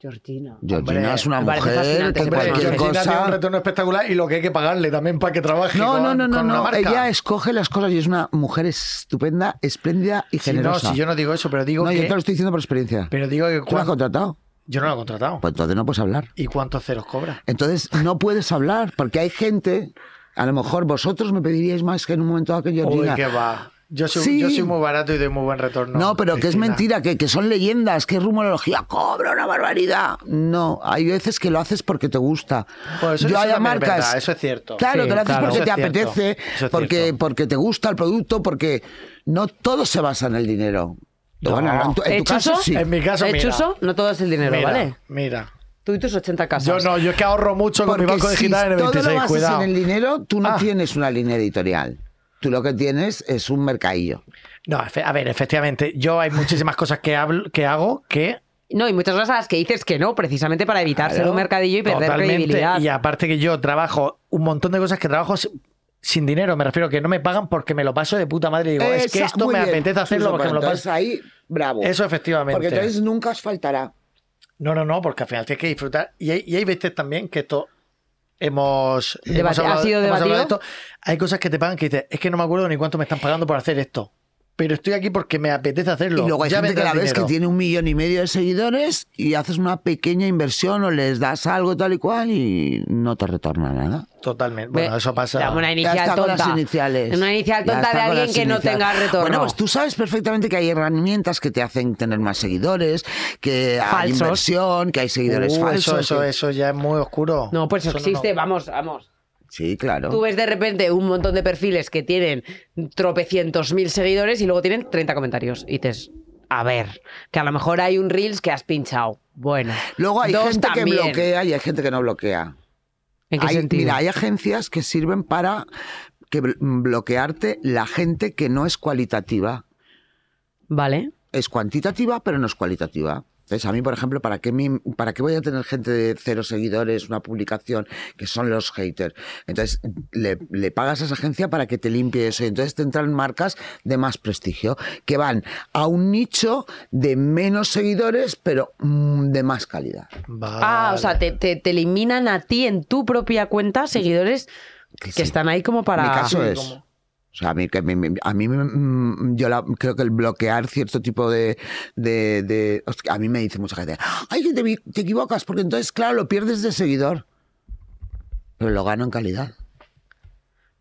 S4: Georgina.
S6: Georgina
S3: Hombre,
S6: es una
S4: me parece
S6: mujer
S4: fascinante
S6: que
S4: ese
S3: Hombre,
S6: cualquier
S4: personaje.
S3: Georgina tiene
S6: cosa...
S3: un retorno espectacular y lo que hay que pagarle también para que trabaje
S6: No,
S3: con,
S6: no, no, no,
S3: con una
S6: no.
S3: marca.
S6: Ella escoge las cosas y es una mujer estupenda, espléndida y
S3: Sí, no,
S6: generosa.
S3: si yo no digo eso, pero digo
S6: No,
S3: que...
S6: yo te lo estoy diciendo por experiencia.
S3: Pero digo que...
S6: ¿Tú la has
S3: cuan-
S6: contratado?
S3: Yo no lo he contratado.
S6: Pues entonces no puedes hablar.
S3: ¿Y cuántos ceros cobra?
S6: Entonces no puedes hablar porque hay gente... A lo mejor vosotros me pediríais más que en un momento dado que
S3: Uy,
S6: Georgina.
S3: qué va. Yo soy,
S6: Sí.
S3: yo soy muy barato y doy muy buen retorno.
S6: No, pero que es
S3: Cristina.
S6: mentira, que, que son leyendas, que es rumorología, cobra una barbaridad. No, hay veces que lo haces porque te gusta.
S3: Pues eso-
S6: Yo
S3: eso
S6: hay a
S3: también es
S6: marcas.
S3: verdad, eso es cierto.
S6: Claro,
S4: Sí,
S6: que lo haces
S4: claro.
S6: porque
S3: Eso
S6: te
S3: es cierto.
S6: apetece,
S3: Eso es
S6: porque,
S3: cierto.
S6: porque te gusta el producto, porque no todo se basa en el dinero.
S3: No.
S6: Bueno, en tu,
S4: ¿Eh,
S6: en tu caso
S4: Chuso?
S6: sí.
S3: En mi caso,
S4: ¿Eh,
S3: mira.
S4: Chuso? No todo es el dinero,
S3: Mira,
S4: ¿vale?
S3: Mira.
S4: Tú y tus 80 casas.
S3: Yo no, yo es que ahorro mucho con mi
S6: Porque
S3: banco
S6: si
S3: digital en el
S6: todo lo
S3: 26,
S6: basas
S3: cuidado.
S6: en el dinero, tú no
S3: Ah.
S6: tienes una línea editorial. Tú lo que tienes es un mercadillo.
S3: No, efe- a ver, efectivamente, yo hay muchísimas cosas que, hablo, que hago que
S4: No, y muchas cosas que dices que no, precisamente para evitar ser
S6: Claro,
S4: un mercadillo y perder
S3: Totalmente.
S4: credibilidad.
S3: Y aparte que yo trabajo un montón de cosas que trabajo si- sin dinero, me refiero que no me pagan porque me lo paso de puta madre. Digo, es que
S6: Esa-
S3: esto
S6: muy
S3: me
S6: bien.
S3: apetece hacerlo
S6: Chuso,
S3: porque me lo
S6: entonces
S3: paso.
S6: ahí, bravo.
S3: Eso efectivamente.
S6: Porque entonces nunca os faltará.
S3: No, no, no, porque al final tienes que disfrutar. Y hay, y hay veces también que esto hemos, hemos
S4: Debati- ha sido
S3: hemos hablado de
S4: debatido.
S3: esto. Hay cosas que te pagan que dices, es que no me acuerdo ni cuánto me están pagando por hacer esto. Pero estoy aquí porque me apetece hacerlo.
S6: Y luego hay
S3: Ya
S6: gente que
S3: vendrá
S6: la
S3: el
S6: ves que
S3: dinero.
S6: tiene un millón y medio de seguidores y haces una pequeña inversión o les das algo tal y cual y no te retorna nada.
S3: Totalmente.
S4: Ve,
S3: Bueno, eso pasa.
S4: dame una
S6: ya
S4: inicial
S6: está
S4: tonta.
S6: con las iniciales.
S4: Una inicial
S6: Ya
S4: tonta
S6: está
S4: de
S6: con
S4: alguien
S6: las
S4: que no
S6: iniciales.
S4: tenga retorno.
S6: Bueno, pues tú sabes perfectamente que hay herramientas que te hacen tener más seguidores, que hay
S4: Falsos.
S6: inversión, que hay seguidores
S3: Uh, eso,
S6: falsos.
S3: eso,
S6: que-
S3: eso ya es muy oscuro.
S4: No, pues
S3: Eso no,
S4: existe,
S3: no.
S4: vamos, vamos.
S6: Sí, claro.
S4: Tú ves de repente un montón de perfiles que tienen tropecientos mil seguidores y luego tienen 30 comentarios. Y dices, a ver, que a lo mejor hay un Reels que has pinchado. Bueno.
S6: Luego hay
S4: dos
S6: gente que
S4: también.
S6: bloquea y hay gente que no bloquea.
S4: ¿En qué
S6: Hay-
S4: sentido?
S6: Mira, hay agencias que sirven para que bl- bloquearte la gente que no es cualitativa.
S4: Vale.
S6: es cuantitativa, pero no es cualitativa. Entonces, a mí, por ejemplo, ¿para qué, mi- ¿para qué voy a tener gente de cero seguidores, una publicación, que son los haters? Entonces, le, le pagas a esa agencia para que te limpie eso. Y entonces te entran marcas de más prestigio, que van a un nicho de menos seguidores, pero mm, de más calidad.
S4: Ah, o
S3: Vale.
S4: sea, te, te- te eliminan a ti en tu propia cuenta seguidores que,
S6: sí.
S4: están ahí como para...
S6: Mi caso
S3: Sí,
S6: es.
S3: como-
S6: O sea, a mí, que me- me- a mí me- mm, yo la- creo que el bloquear cierto tipo de, de, de- hostia, A mí me dice mucha gente, ay, que te, vi- te equivocas, porque entonces, claro, lo pierdes de seguidor. Pero lo gano en calidad.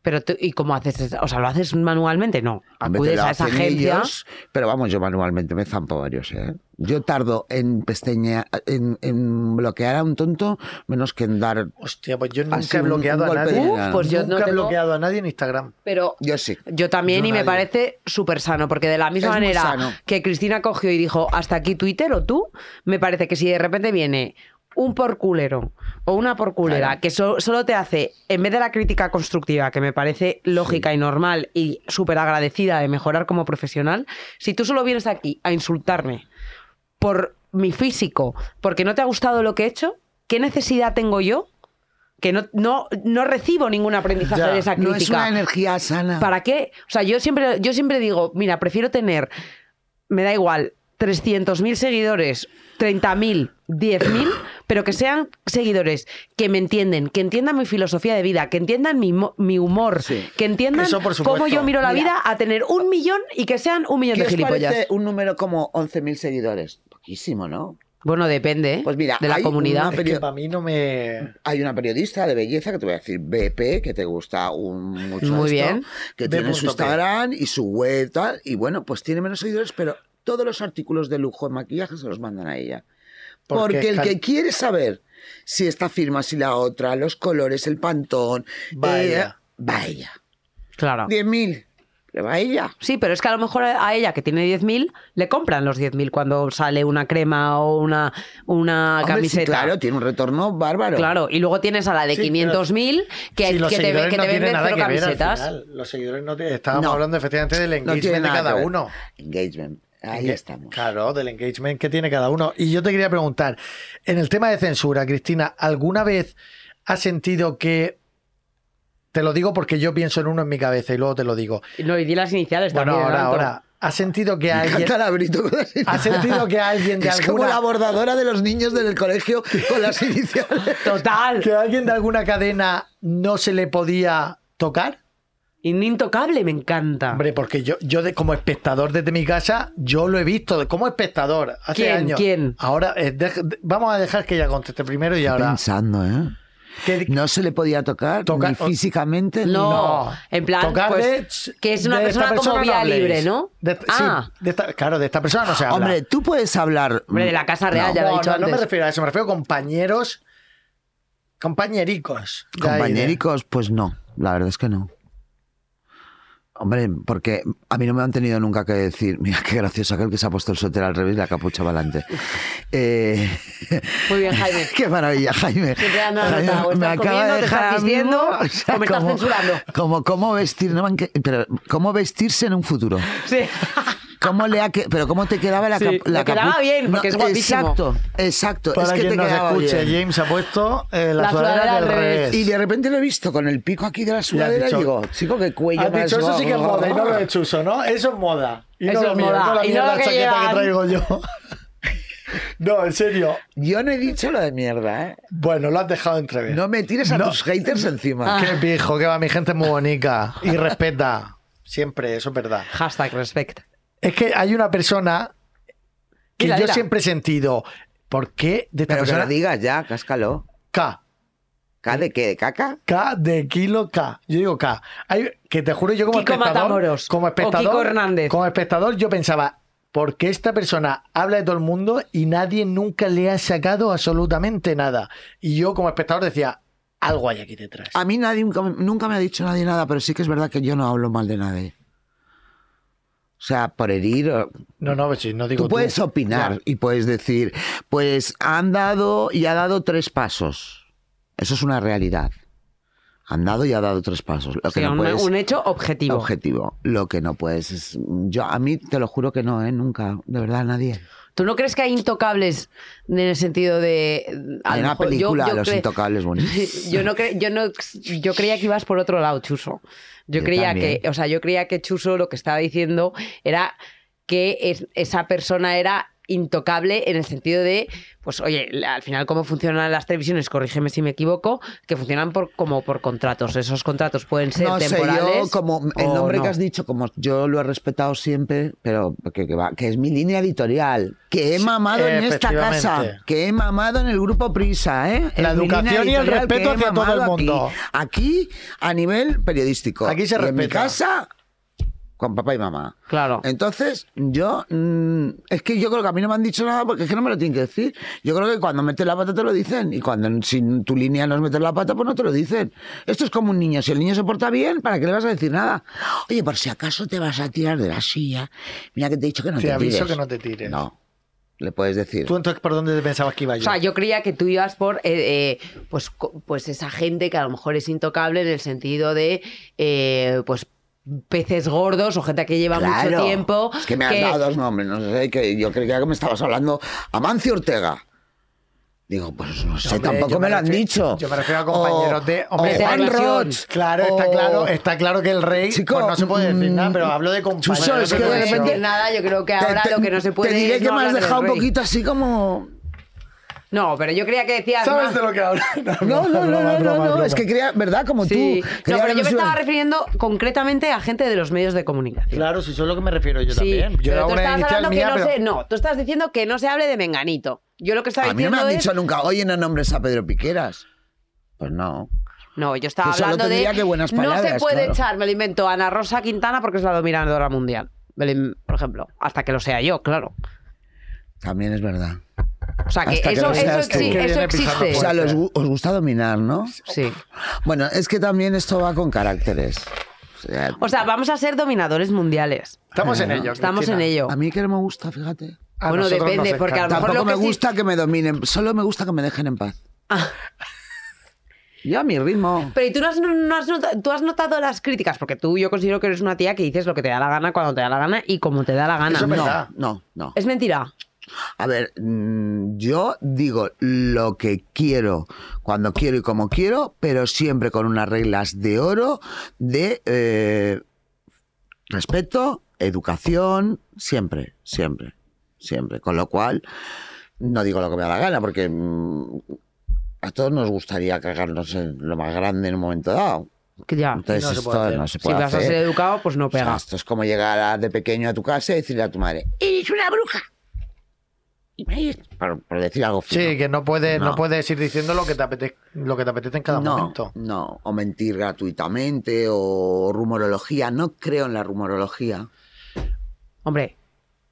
S4: Pero tú- ¿y cómo haces? eso? O sea, ¿lo haces manualmente? No.
S6: En vez de
S4: Acudes
S6: lo
S4: a esa
S6: hacen
S4: agencia.
S6: ellos, pero vamos, yo manualmente me zampo varios, ¿eh? Yo tardo en pestañear, en, en bloquear a un tonto menos que en dar...
S3: Hostia, pues yo nunca
S6: Así,
S3: he
S6: un-
S3: bloqueado
S6: un
S3: a
S6: golpe de
S3: nadie.
S6: Uf, nada.
S4: pues yo no
S3: nunca he
S4: tengo-
S3: bloqueado a nadie en Instagram.
S4: Pero
S6: Yo sí.
S4: Yo también,
S6: Yo
S4: y me
S6: nadie.
S4: parece súper sano, porque de la misma
S6: Es muy
S4: manera
S6: sano.
S4: que Cristina cogió y dijo, hasta aquí Twitter o tú, me parece que si de repente viene un porculero o una porculera
S6: Claro.
S4: que so- solo te hace, en vez de la crítica constructiva, que me parece lógica y normal y súper agradecida de mejorar como profesional, si tú solo vienes aquí a insultarme por mi físico, porque no te ha gustado lo que he hecho, ¿qué necesidad tengo yo? Que no, no, no recibo ningún aprendizaje
S3: Ya,
S4: de esa crítica.
S6: No es una energía sana.
S4: ¿Para qué? O sea, yo siempre, yo siempre digo, mira, prefiero tener, me da igual, 300.000 seguidores, 30.000, 10.000, pero que sean seguidores que me entienden, que entiendan mi filosofía de vida, que entiendan mi, mo- mi humor,
S6: Sí.
S4: que entiendan
S3: Eso, por
S4: cómo
S3: supuesto.
S4: yo miro la
S6: Mira.
S4: vida a tener un millón y que sean un millón
S6: ¿Qué
S4: de
S6: os
S4: gilipollas.
S6: parece un número como 11.000 seguidores? Poquísimo, ¿no?
S4: Bueno, depende ¿eh?
S6: Pues mira,
S4: de la
S6: hay
S4: comunidad.
S6: una-
S3: Es que para mí no me.
S6: Hay una periodista de belleza que te voy a decir, BP, que te gusta un, mucho
S4: Muy
S6: esto,
S4: bien.
S6: que
S3: B.P..
S6: tiene su Instagram y su web tal, y bueno, pues tiene menos seguidores, pero todos los artículos de lujo en maquillaje se los mandan a ella.
S3: Porque,
S6: Porque, el
S3: claro-
S6: que quiere saber si esta firma, si la otra, los colores, el pantón,
S3: Va
S6: eh,
S3: ella.
S6: va ella.
S4: Claro.
S6: 10.000, pero va ella.
S4: Sí, pero es que a lo mejor a ella que tiene 10.000 le compran los 10.000 cuando sale una crema o una, una
S6: Hombre, sí,
S4: camiseta.
S6: claro, tiene un retorno bárbaro.
S4: Claro, y luego tienes a la de
S3: Sí,
S4: 500.000 que,
S3: Sí, los
S4: que te, ve-
S3: seguidores
S4: que
S3: no
S4: te venden
S3: tienen nada
S4: cero
S3: que ver al
S4: camisetas.
S3: final. Los seguidores no te- Estábamos
S6: No.
S3: hablando efectivamente del
S6: No tiene
S3: engagement de
S6: nada
S3: cada
S6: que ver.
S3: uno.
S6: Engagement. Ahí
S3: Que-
S6: estamos.
S3: Claro, del engagement que tiene cada uno. Y yo te quería preguntar, en el tema de censura, Cristina, ¿alguna vez has sentido que... Te lo digo porque yo pienso en uno en mi cabeza y luego te lo digo.
S4: No, y di las iniciales
S3: Bueno,
S4: también.
S3: ahora,
S4: Anto.
S3: ahora. ¿Has sentido que
S6: Me
S3: alguien...
S6: encanta la Brito con las
S3: ¿Has sentido que alguien de
S6: Es como la
S3: alguna...
S6: abordadora de los niños del colegio con las iniciales.
S4: Total.
S3: Que alguien de alguna cadena no se le podía tocar?
S4: Inintocable, me encanta.
S3: Hombre, porque yo, yo de, como espectador desde mi casa, yo lo he visto de- como espectador hace
S4: ¿Quién?
S3: años.
S4: ¿Quién?
S3: Ahora, eh, dej- de- vamos a dejar que ella conteste primero y ahora.
S6: Pensando, ¿eh?
S3: ¿Qué-
S6: No se le podía tocar
S3: Toca-
S6: ni físicamente. ni-
S4: No, en plan,
S3: Tocar
S4: pues,
S3: de-
S4: que es una
S3: de esta
S4: persona como vía
S3: habléis.
S4: libre, ¿no?
S3: De esta-
S4: Ah.
S3: sí, de esta- claro, de esta persona no se habla.
S6: Hombre, tú puedes hablar.
S4: Hombre, de la Casa Real, ya lo he
S3: no,
S4: dicho
S3: no, no
S4: antes.
S3: me refiero a eso, me refiero a compañeros, compañericos. de ahí, de-
S6: Compañericos, pues no. La verdad es que no. Hombre, porque a mí no me han tenido nunca que decir, mira qué gracioso aquel que se ha puesto el suéter al revés y la capucha para adelante. Eh,
S4: Muy bien, Jaime.
S6: Qué maravilla, Jaime.
S4: Siempre dando la nota, o
S6: me
S4: estás
S6: acaba
S4: comiendo,
S6: de
S4: te estás
S6: dejar ahora mismo,
S4: vistiendo, o me estás
S6: como-
S4: censurando.
S6: Como cómo vestir, no me han que- pero cómo vestirse en un futuro.
S4: Sí.
S6: ¿Cómo le ha que- pero cómo te quedaba la,
S4: Sí,
S6: cap- la
S4: le quedaba
S6: capu-
S4: bien, porque es guapísimo.
S6: Exacto, exacto.
S3: Para
S6: es que
S3: quien
S6: te
S3: nos
S6: quedaba
S3: escuche,
S6: bien.
S3: James ha puesto eh, la,
S4: La
S3: sudadera del revés.
S6: Y de repente lo he visto con el pico aquí de la sudadera y
S3: dicho-
S6: digo, chico, qué cuello
S3: Has
S6: más
S3: Ah, dicho, eso sí que es
S6: guapo".
S3: moda y no lo de Chuso, ¿no? Eso es moda. Y
S4: Eso
S3: no
S4: es
S3: lo mío,
S4: moda,
S3: no la
S4: y no
S3: mierda
S4: lo que
S3: chaqueta
S4: llevan.
S3: que traigo yo. no, en serio.
S6: Yo no he dicho lo de mierda, ¿eh?
S3: Bueno, lo has dejado entrever. Ah.
S6: No me tires a tus haters encima.
S3: Qué pijo, que va, mi gente es muy bonita y respeta. Siempre, eso es verdad.
S4: Hashtag respect.
S3: Es que hay una persona que
S4: Dila,
S3: yo
S4: dila.
S3: siempre he sentido. ¿Por qué de esta
S6: Pero que lo
S3: persona?
S6: digas ya, cáscalo.
S3: K.
S6: ¿K de qué? ¿De caca?
S3: K de kilo K. Yo digo K. Hay- que te juro, yo como
S4: Kiko
S3: espectador.
S4: Matamoros,
S3: como
S4: o
S3: espectador.
S4: Kiko Hernández.
S3: Como espectador, yo pensaba, ¿por qué esta persona habla de todo el mundo y nadie nunca le ha sacado absolutamente nada? Y yo, como espectador, decía, algo hay aquí detrás.
S6: A mí nadie nunca, nunca me ha dicho nadie nada, pero sí que es verdad que yo no hablo mal de nadie. O sea, por herir. o-
S3: No, no, sí, no digo.
S6: Tú puedes opinar y puedes decir, pues han dado y ha dado tres pasos. Eso es una realidad. Han dado y ha dado tres pasos. Lo
S4: O sea,
S6: que no
S4: un,
S6: puedes,
S4: un hecho objetivo.
S6: objetivo. Lo que no puedes es. Yo, a mí te lo juro que no, ¿eh? Nunca. De verdad, nadie.
S4: ¿Tú no crees que hay intocables en el sentido de... a
S6: Hay
S4: lo
S6: una
S4: mejor- yo-
S6: película,
S4: yo
S6: Los
S4: cre-
S6: Intocables, buenísima.
S4: yo no cre- yo no yo creía que ibas por otro lado Chuso yo,
S6: Yo
S4: creía
S6: también.
S4: que o sea yo creía que Chuso lo que estaba diciendo era que es- esa persona era intocable en el sentido de pues oye la- al final cómo funcionan las televisiones corrígeme si me equivoco que funcionan por como por contratos esos contratos pueden ser
S6: no sé,
S4: temporales
S6: yo como
S4: o
S6: el nombre
S4: no.
S6: que has dicho, como yo lo he respetado siempre, pero que, que va- que es mi línea editorial, que he
S3: Sí,
S6: mamado en esta
S3: efectivamente.
S6: casa, que he mamado en el grupo Prisa, ¿eh?
S3: La
S6: Es mi
S3: educación
S6: línea
S3: y el
S6: editorial que
S3: respeto
S6: he
S3: hacia todo
S6: mamado
S3: el mundo.
S6: Aquí, aquí, a nivel periodístico.
S3: Aquí se
S6: Y En mi
S3: respeta.
S6: casa, con papá y mamá.
S4: claro
S6: Entonces, yo. mm, es que yo creo que a mí no me han dicho nada porque es que no me lo tienen que decir. Yo creo que cuando metes la pata te lo dicen. Y cuando en- si en tu línea no es meter la pata, pues no te lo dicen. Esto es como un niño. Si el niño se porta bien, ¿para qué le vas a decir nada? Oye, por si acaso te vas a tirar de la silla. Mira que te he dicho que no
S3: Te
S6: te,
S3: aviso
S6: tires.
S3: que no te tires.
S6: No. le puedes decir.
S3: ¿Tú entonces por dónde pensabas que iba
S4: O
S3: yo?
S4: sea, yo creía que tú ibas por eh, eh, pues, co- pues esa gente que a lo mejor es intocable en el sentido de eh, pues peces gordos o gente que lleva mucho
S6: Claro.
S4: tiempo.
S6: Es que me has dado dos nombres, no sé, que yo creía que me estabas hablando. Amancio Ortega. Digo, pues no sé,
S3: Hombre, yo
S6: tampoco me lo han
S3: refiero-
S6: dicho.
S3: Yo me refiero a compañeros
S6: O-
S3: de.
S6: o
S4: de
S6: Juan
S4: animación.
S6: Roch. Oh,
S3: Claro, está
S6: o-
S3: claro, está claro que el rey
S6: Chico,
S3: pues no se puede decir
S6: mm,
S3: nada, pero hablo de compañeros.
S6: Chuso, es
S4: no
S6: que
S4: se
S6: de
S4: puede
S6: repente-
S4: decir nada, yo creo que ahora lo que no se puede
S6: Te diré
S4: es
S6: que
S4: no
S6: me has
S4: hablar del
S6: dejado un
S4: rey.
S6: poquito así como.
S4: No, pero yo creía que decías
S3: ¿Sabes
S4: más.
S3: de lo que hablo?
S6: No, no, no, no,
S3: broma,
S6: no,
S3: broma,
S6: no,
S3: broma.
S6: es que quería, ¿verdad? Como
S4: Sí.
S6: tú.
S4: No,
S6: quería
S4: pero yo me
S6: hablar
S4: estaba
S6: de-
S4: refiriendo concretamente a gente de los medios de comunicación.
S3: Claro, si eso es lo que me refiero yo
S4: Sí,
S3: también. Yo
S4: pero
S3: era
S4: tú
S3: una
S4: estabas
S3: inicial
S4: hablando que
S3: mía,
S4: no
S3: pero-
S4: se- no, tú estás diciendo que no se hable de Menganito. Yo lo que estaba
S6: A mí no
S4: diciendo
S6: me han
S4: es-
S6: dicho nunca, oye, no nombres a Pedro Piqueras. Pues no.
S4: No, yo estaba
S6: Que solo
S4: hablando de.
S6: tendría que buenas
S4: no se
S6: palabras,
S4: puede
S6: claro.
S4: echar, me lo invento, a Ana Rosa Quintana porque es la dominadora mundial. Me lo in- Por ejemplo, hasta que lo sea yo, claro.
S6: También es verdad.
S4: O sea, que
S6: Hasta que
S4: eso,
S6: lo
S4: eso,
S6: seas tú.
S4: exi-
S6: Que
S4: eso
S3: viene pisando
S4: existe.
S6: O sea, los gu- os gusta dominar, ¿no?
S4: Sí.
S6: Bueno, es que también esto va con caracteres. O sea,
S4: O sea, vamos a ser dominadores mundiales.
S3: Estamos en ello.
S4: Estamos en
S3: Cristina.
S4: ello.
S6: a mí que no me gusta, fíjate.
S3: A
S4: Bueno,
S3: nosotros
S4: depende,
S3: nos
S4: porque a lo
S3: encanta.
S4: mejor
S6: Tampoco me
S4: que sí-
S6: gusta que me dominen, solo me gusta que me dejen en paz.
S4: Ah.
S6: Yo a mi ritmo.
S4: Pero ¿y tú no has, no has nota- tú has notado las críticas? Porque tú yo considero que eres una tía que dices lo que te da la gana, cuando te da la gana y como te da la gana.
S3: Eso es
S4: No.
S3: verdad.
S6: No, no, no.
S4: Es mentira.
S6: A ver, mm, yo digo lo que quiero, cuando quiero y como quiero, pero siempre con unas reglas de oro de eh, respeto, educación, siempre, siempre, siempre. Con lo cual, no digo lo que me da la gana, porque mm, a todos nos gustaría cagarnos en lo más grande en un momento dado.
S4: Que ya.
S6: Entonces
S3: Ah, No se puede
S6: esto
S3: hacer.
S6: no se
S4: Si
S6: puede
S4: vas a ser
S6: hacer.
S4: educado, pues no
S6: O sea,
S4: pegas.
S6: esto es como llegar a- de pequeño a tu casa y decirle a tu madre, eres una bruja. Y me- Por, por decir algo fino.
S3: Sí, que no puedes, no.
S6: No.
S3: puedes ir diciendo lo que te apetece, lo que te apetece en cada
S6: no,
S3: momento.
S6: no, o mentir gratuitamente, o rumorología. No creo en la rumorología.
S4: Hombre,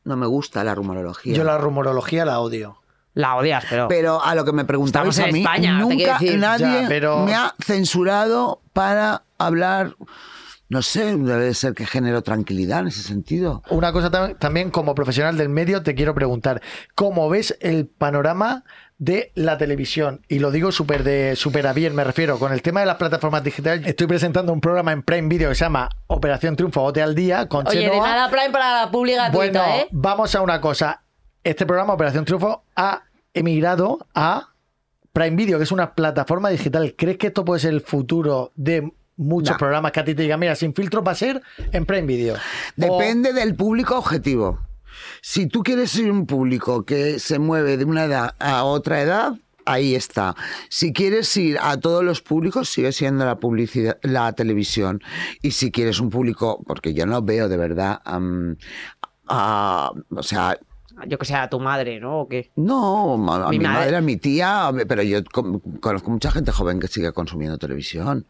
S6: No me gusta la rumorología.
S3: Yo la rumorología la odio.
S4: la odias, pero...
S6: Pero a lo que me preguntabais
S4: Estamos en
S6: a mí,
S4: España, te quiero
S6: nunca
S4: decir.
S6: nadie
S3: Ya, pero-
S6: me ha censurado para hablar. No sé, debe ser que genero tranquilidad en ese sentido.
S3: Una cosa tam- también como profesional del medio te quiero preguntar, ¿cómo ves el panorama de la televisión? Y lo digo súper de súper a bien, me refiero, con el tema de las plataformas digitales. Estoy presentando un programa en Prime Video que se llama Operación Triunfo Bote al Día con
S4: Oye, de
S3: Chenoa.
S4: nada Prime para la pública gratuita,
S3: Bueno,
S4: ¿eh?
S3: vamos a una cosa. Este programa, Operación Triunfo, ha emigrado a Prime Video, que es una plataforma digital. ¿Crees que esto puede ser el futuro de muchos
S6: No.
S3: programas que a ti te digan, mira, sin filtro va a ser en Prime Video?
S6: Depende del público objetivo. Si tú quieres ser un público que se mueve de una edad a otra edad, ahí está. Si quieres ir a todos los públicos, sigue siendo la publicidad, la televisión. Y si quieres un público, porque yo no veo de verdad, am, a- o sea,
S4: Yo que sea tu madre, ¿no? ¿O qué?
S6: no, ma- a
S4: Mi
S6: mi,
S4: madre.
S6: madre. a mi tía, pero yo con- conozco mucha gente joven que sigue consumiendo televisión.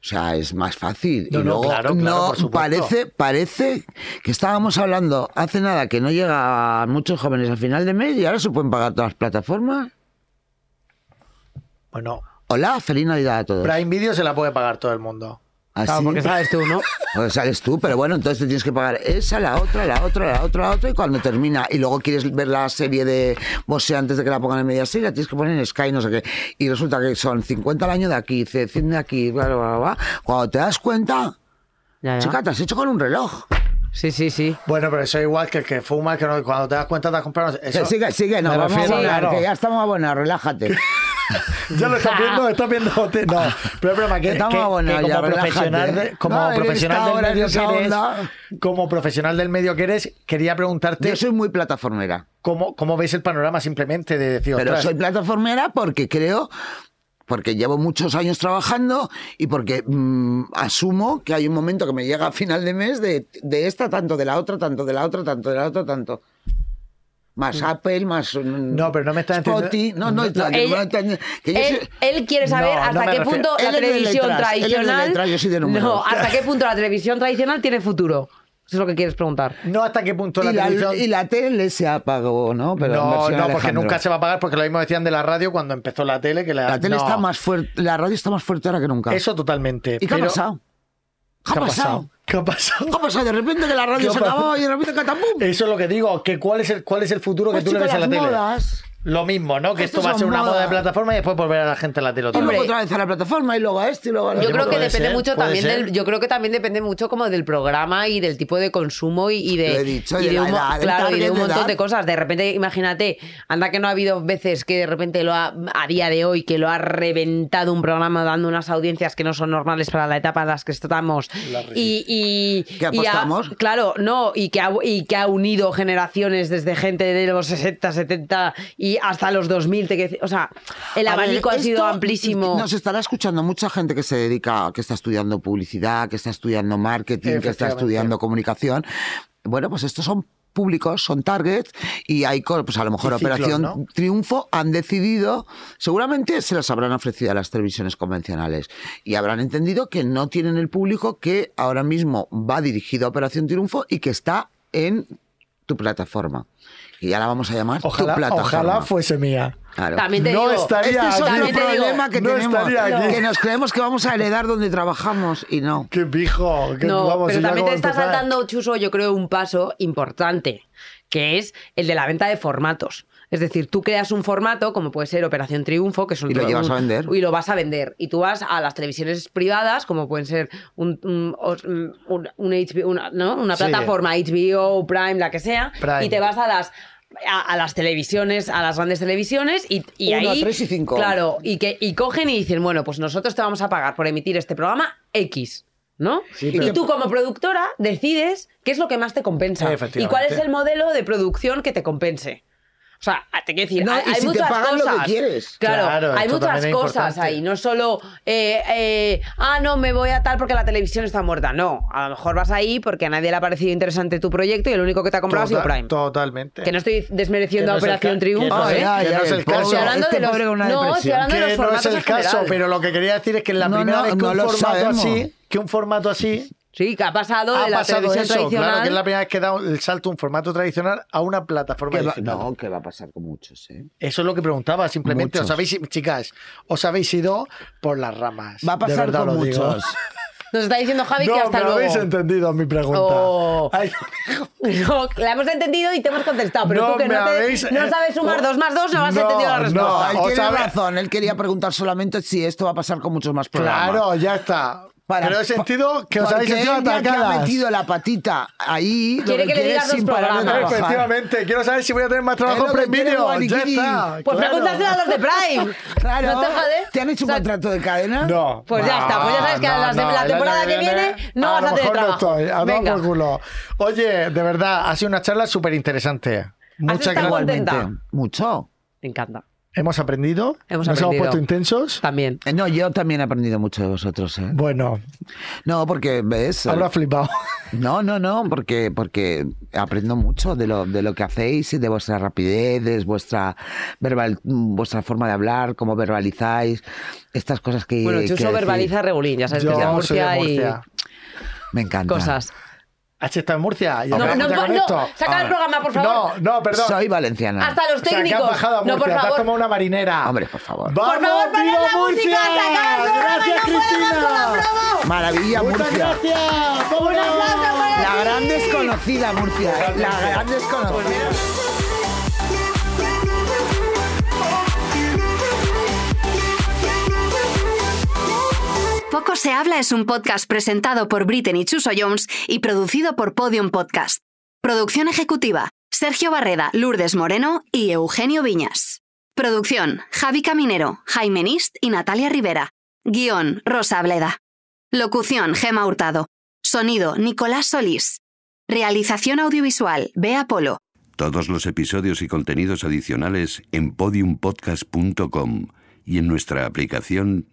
S6: O sea, es más fácil.
S3: No,
S6: y
S3: no,
S6: luego,
S3: claro, claro,
S6: no,
S3: por supuesto.
S6: parece, parece que estábamos hablando hace nada que no llega a muchos jóvenes al final de mes y ahora se pueden pagar todas las plataformas.
S3: Bueno,
S6: Hola, feliz Navidad a todos. ¿Ah,
S3: Prime Video se la puede pagar todo el mundo.
S6: ¿Así?
S4: Claro, porque sabes tú, ¿no?
S6: Pues sales tú, pero bueno, entonces te tienes que pagar esa, la otra, la otra, la otra, la otra, y cuando termina, y luego quieres ver la serie de Bosé antes de que la pongan en media serie, la tienes que poner en Sky, no sé qué. Y resulta que son 50 al año de aquí, 100 de aquí, bla, bla, bla, bla. Cuando te das cuenta,
S4: Ya, ya.
S6: chica, te has hecho con un reloj.
S4: Sí, sí, sí.
S3: Bueno, pero eso es igual que el que fuma, que no- cuando te das cuenta te has comprado... no sé, Eso,
S6: Que sigue, sigue, no,
S3: me
S6: vamos
S3: refiero,
S6: a hablar,
S3: claro.
S6: que ya estamos abonados, relájate.
S3: Ya lo estás viendo, estás viendo. te- no, pero el problema que,
S6: Estamos
S3: que- que
S6: abonados
S3: como
S6: ya,
S3: profesional,
S6: relájate.
S3: de- como
S6: No, en esta
S3: profesional
S6: hora,
S3: del
S6: en
S3: medio
S6: esa
S3: que eres,
S6: onda.
S3: como profesional del medio que eres, quería preguntarte
S6: Yo soy muy plataformera.
S3: cómo, cómo ves el panorama simplemente de decir,
S6: Pero
S3: "Ostras,
S6: soy plataformera porque creo, porque llevo muchos años trabajando y porque mm, asumo que hay un momento que me llega a final de mes de, de esta, tanto de la otra, tanto de la otra, tanto de la otra, tanto. Más Apple, más. mm,
S3: No, pero no me estás entendiendo-
S6: Spotify. No, no,
S3: No,
S6: no,
S4: él-
S6: que yo
S4: Él,
S6: soy-
S4: él quiere
S3: No,
S4: saber
S3: no
S4: hasta
S3: me
S4: qué
S3: refiero-
S4: punto
S6: él
S4: la
S6: es de
S4: televisión
S6: letras, él es de
S4: tradicional.
S6: letras, yo soy de números.
S4: no, hasta qué punto la televisión tradicional tiene futuro. Eso es lo que quieres preguntar.
S3: no hasta qué punto la
S6: y, la,
S3: televisión...
S6: y la tele se apagó, ¿no? Pero en
S3: no,
S6: versión
S3: no, porque
S6: Alejandro.
S3: nunca se va a pagar, porque lo mismo decían de la radio cuando empezó la tele, que la,
S6: La tele
S3: no.
S6: está más fuerte, la radio está más fuerte ahora que nunca.
S3: Eso totalmente.
S6: ¿Y qué ha
S3: pero-
S6: pasado? ¿Qué ha pasado?
S3: ¿Qué ha pasado?
S6: ¿Qué ha pasado? De repente que la radio
S3: ¿Qué
S6: se
S3: ha pasado?
S6: acababa y de repente catapum.
S3: Eso es lo que digo, que cuál es el, cuál es el futuro que
S6: Pues
S3: tú le
S6: chicos,
S3: ves a la
S6: las
S3: tele.
S6: modas.
S3: Lo mismo, ¿no? Que
S6: Esto
S3: esto va a
S6: son
S3: ser una moda de
S6: modas.
S3: plataforma y después volver a la gente a la tele
S6: Y
S3: otra vez.
S6: luego otra vez a la plataforma y luego a este y luego a la
S4: Yo
S3: Oye,
S4: creo que
S3: puede
S4: depende
S3: ser,
S4: mucho
S3: puede
S4: también
S3: ser.
S4: del, yo creo que también depende mucho como del programa y del tipo de consumo y, y de,
S6: Lo he dicho,
S4: y
S6: de
S4: de
S6: la
S4: un, mo-
S6: edad, del
S4: claro, y de
S6: target
S4: un
S6: de
S4: montón
S6: edad.
S4: de cosas. De repente, imagínate, anda que no ha habido veces que de repente lo ha, a día de hoy que lo ha reventado un programa dando unas audiencias que no son normales para la etapa en las que estamos. Y, y- y
S6: ¿Que
S4: ha-
S6: apostamos?
S4: claro, no, y que ha, y que ha unido generaciones desde gente de los 60, 70 y hasta los 2000. te que- o sea, el
S6: A ver,
S4: abanico ha sido
S6: esto
S4: amplísimo.
S6: Nos estará escuchando mucha gente que se dedica, que está estudiando publicidad, que está estudiando marketing, que está
S3: Efectivamente.
S6: estudiando comunicación. Bueno, pues estos son públicos, son targets y hay, co- pues a lo mejor
S3: Y ciclos,
S6: Operación
S3: ¿no?
S6: Triunfo han decidido, seguramente se las habrán ofrecido a las televisiones convencionales y habrán entendido que no tienen el público que ahora mismo va dirigido a Operación Triunfo y que está en tu plataforma. Y ya la vamos a llamar tu
S3: Ojalá,
S6: plataforma.
S3: ojalá fuese mía.
S6: Claro.
S4: También te
S3: No
S4: digo,
S3: estaría
S6: Este es
S3: aquí.
S6: otro
S4: También te digo,
S6: problema que
S3: no
S6: tenemos.
S3: estaría aquí.
S6: Que nos creemos que vamos a heredar donde trabajamos y no.
S3: ¡Qué pijo! Que
S4: no,
S3: vamos,
S4: pero
S3: ya acabo
S4: también te
S3: de
S4: está
S3: empezar.
S4: saltando, Chuso, yo creo, un paso importante, que es el de la venta de formatos. Es decir, tú creas un formato, como puede ser Operación Triunfo, que es un...
S6: Y lo llevas
S4: un-
S6: a vender.
S4: Y lo vas a vender. Y tú vas a las televisiones privadas, como pueden ser un, un- os- un- un- un HBO, una, ¿no? Una
S3: Sí.
S4: plataforma HBO, Prime, la que sea,
S3: Prime.
S4: y te vas a las... A, a las televisiones, a las grandes televisiones y, y
S6: Una,
S4: ahí...
S6: tres y cinco.
S4: Claro, y que y cogen y dicen, bueno, pues nosotros te vamos a pagar por emitir este programa X, ¿no?
S3: Sí,
S4: Y
S3: pero-
S4: tú como productora decides qué es lo que más te compensa y
S3: Efectivamente.
S4: cuál es el modelo de producción que te compense. O sea, ah, te quiero decir,
S6: No,
S4: hay,
S6: y
S4: hay
S6: si te
S4: muchas
S6: pagan lo que
S4: cosas.
S6: quieres.
S4: Claro,
S3: Claro,
S4: hay
S3: esto
S4: muchas
S3: también es
S4: cosas
S3: importante.
S4: ahí. No solo, eh, eh, ah, no, me voy a tal porque la televisión está muerta. No, a lo mejor vas ahí porque a nadie le ha parecido interesante tu proyecto y el único que te ha comprado ha sido
S3: Total-
S4: Prime.
S3: Totalmente.
S4: Que no estoy
S3: Que
S4: desmereciendo
S3: no
S4: a
S3: es el
S4: Operación
S3: ca-
S4: Triunfo,
S3: que no es
S4: ¿eh?
S3: el- Ah, que no es el
S6: Estoy
S3: caso.
S4: hablando
S6: este
S4: de los-
S6: pobre con una
S4: No, estoy
S6: depresión.
S4: hablando-
S3: que
S4: de los
S3: no es
S4: formatos
S3: el
S4: en
S3: caso,
S4: general.
S3: pero lo que quería decir es que la
S6: No,
S3: primera
S6: no,
S3: vez que
S6: no
S3: un
S6: lo
S3: formato
S6: sabemos.
S3: así, que un formato así
S4: Sí, que ha pasado
S3: ha
S4: de la
S3: pasado
S4: televisión
S3: eso,
S4: tradicional.
S3: claro, que es la primera vez que da un- el salto un formato tradicional a una plataforma
S6: Que va-
S3: digital.
S6: no, que va a pasar con muchos, ¿eh?
S3: Eso es lo que preguntaba, simplemente
S6: Muchos.
S3: os habéis, chicas, os habéis ido por las ramas.
S6: Va a
S3: de
S6: pasar
S3: verdad
S6: con
S3: lo digo.
S6: muchos.
S4: Nos está diciendo Javi que
S3: No,
S4: hasta
S3: pero
S4: luego.
S3: habéis entendido mi pregunta.
S4: Oh.
S3: Ay,
S4: No, la hemos entendido y te hemos contestado, pero tú que
S3: me
S4: no, te-
S3: habéis- Oh,
S4: no sabes sumar dos más dos, no has entendido la
S3: No,
S4: respuesta.
S6: él
S3: o
S6: tiene
S3: sabe-
S6: razón. Él quería preguntar solamente si esto va a pasar con muchos más programas.
S3: Claro, ya está.
S6: Para-
S3: pero he sentido que os habéis
S6: porque
S3: sentido
S6: él ya que ha
S3: atacadas.
S6: metido la patita ahí, lo
S4: Quiere que le
S6: quiere
S4: digas
S6: es sin
S4: los
S6: parar de
S4: programas.
S6: trabajar.
S3: Efectivamente, quiero saber si voy a tener más trabajo
S6: Es lo que quiere
S3: premio. Ya
S6: Guariquiri.
S3: está. claro.
S4: Pues pregúntaselo a los de Prime.
S6: Claro.
S4: No te jodes.
S6: han hecho un
S4: O sea,
S6: contrato de cadena?
S3: No.
S4: Pues ya está, pues ya sabes que a las de- la
S3: el año
S4: temporada que viene no vas
S3: lo
S4: a tener
S3: mejor no
S4: trabajo.
S3: estoy, a tomar
S4: Venga.
S3: por culo. Oye, de verdad, ha sido una charla súper interesante. Muchas
S4: estado
S3: gracias.
S4: contenta?
S6: Mucho.
S4: Me encanta.
S3: Hemos aprendido,
S4: Hemos
S3: nos hemos
S4: aprendido.
S3: puesto intensos.
S4: También.
S6: Eh, No, yo también he aprendido mucho de vosotros, ¿eh?
S3: Bueno,
S6: No, porque ves. Eh,
S3: habrá flipado.
S6: No, no, no, porque, porque aprendo mucho de lo, de lo que hacéis y de vuestra rapidez, de vuestra, verbal, vuestra forma de hablar, cómo verbalizáis, estas cosas que.
S4: Bueno,
S6: que
S4: Chuso
S6: decís.
S4: verbaliza regulín, ya sabes que
S3: Yo
S4: es de
S3: soy
S4: Murcia,
S3: de
S6: Me encanta.
S4: y cosas.
S3: ¿Has estado en Murcia? Y
S4: No,
S3: acabamos
S4: no,
S3: ya con
S4: no,
S3: esto.
S4: saca el
S6: Ahora.
S4: programa, por favor.
S3: No, no, perdón.
S6: Soy valenciana.
S4: Hasta los
S3: O sea, que has
S4: técnicos.
S3: bajado a
S4: no,
S3: Murcia,
S4: por
S3: te has
S4: favor.
S3: tomado una marinera.
S6: Hombre, por favor.
S3: ¡Vamos,
S4: por favor, poned
S3: viva
S4: la música,
S3: Murcia!
S4: sacad el programa,
S3: ¡Gracias,
S4: no puedo más
S3: Cristina!
S4: con la broma.
S6: Maravilla,
S3: ¡Muchas
S6: Murcia.
S3: gracias! ¡Vámonos!
S6: La gran desconocida, Murcia. ¿eh? La gran desconocida.
S2: Poco se habla es un podcast presentado por Britten y Chuso Jones y producido por Podium Podcast. Producción ejecutiva: Sergio Barreda, Lourdes Moreno y Eugenio Viñas. Producción: Javi Caminero, Jaime Nist y Natalia Rivera. Guión: Rosa Bleda. Locución: Gema Hurtado. Sonido: Nicolás Solís. Realización audiovisual: Bea Polo.
S7: Todos los episodios y contenidos adicionales en podiumpodcast.com y en nuestra aplicación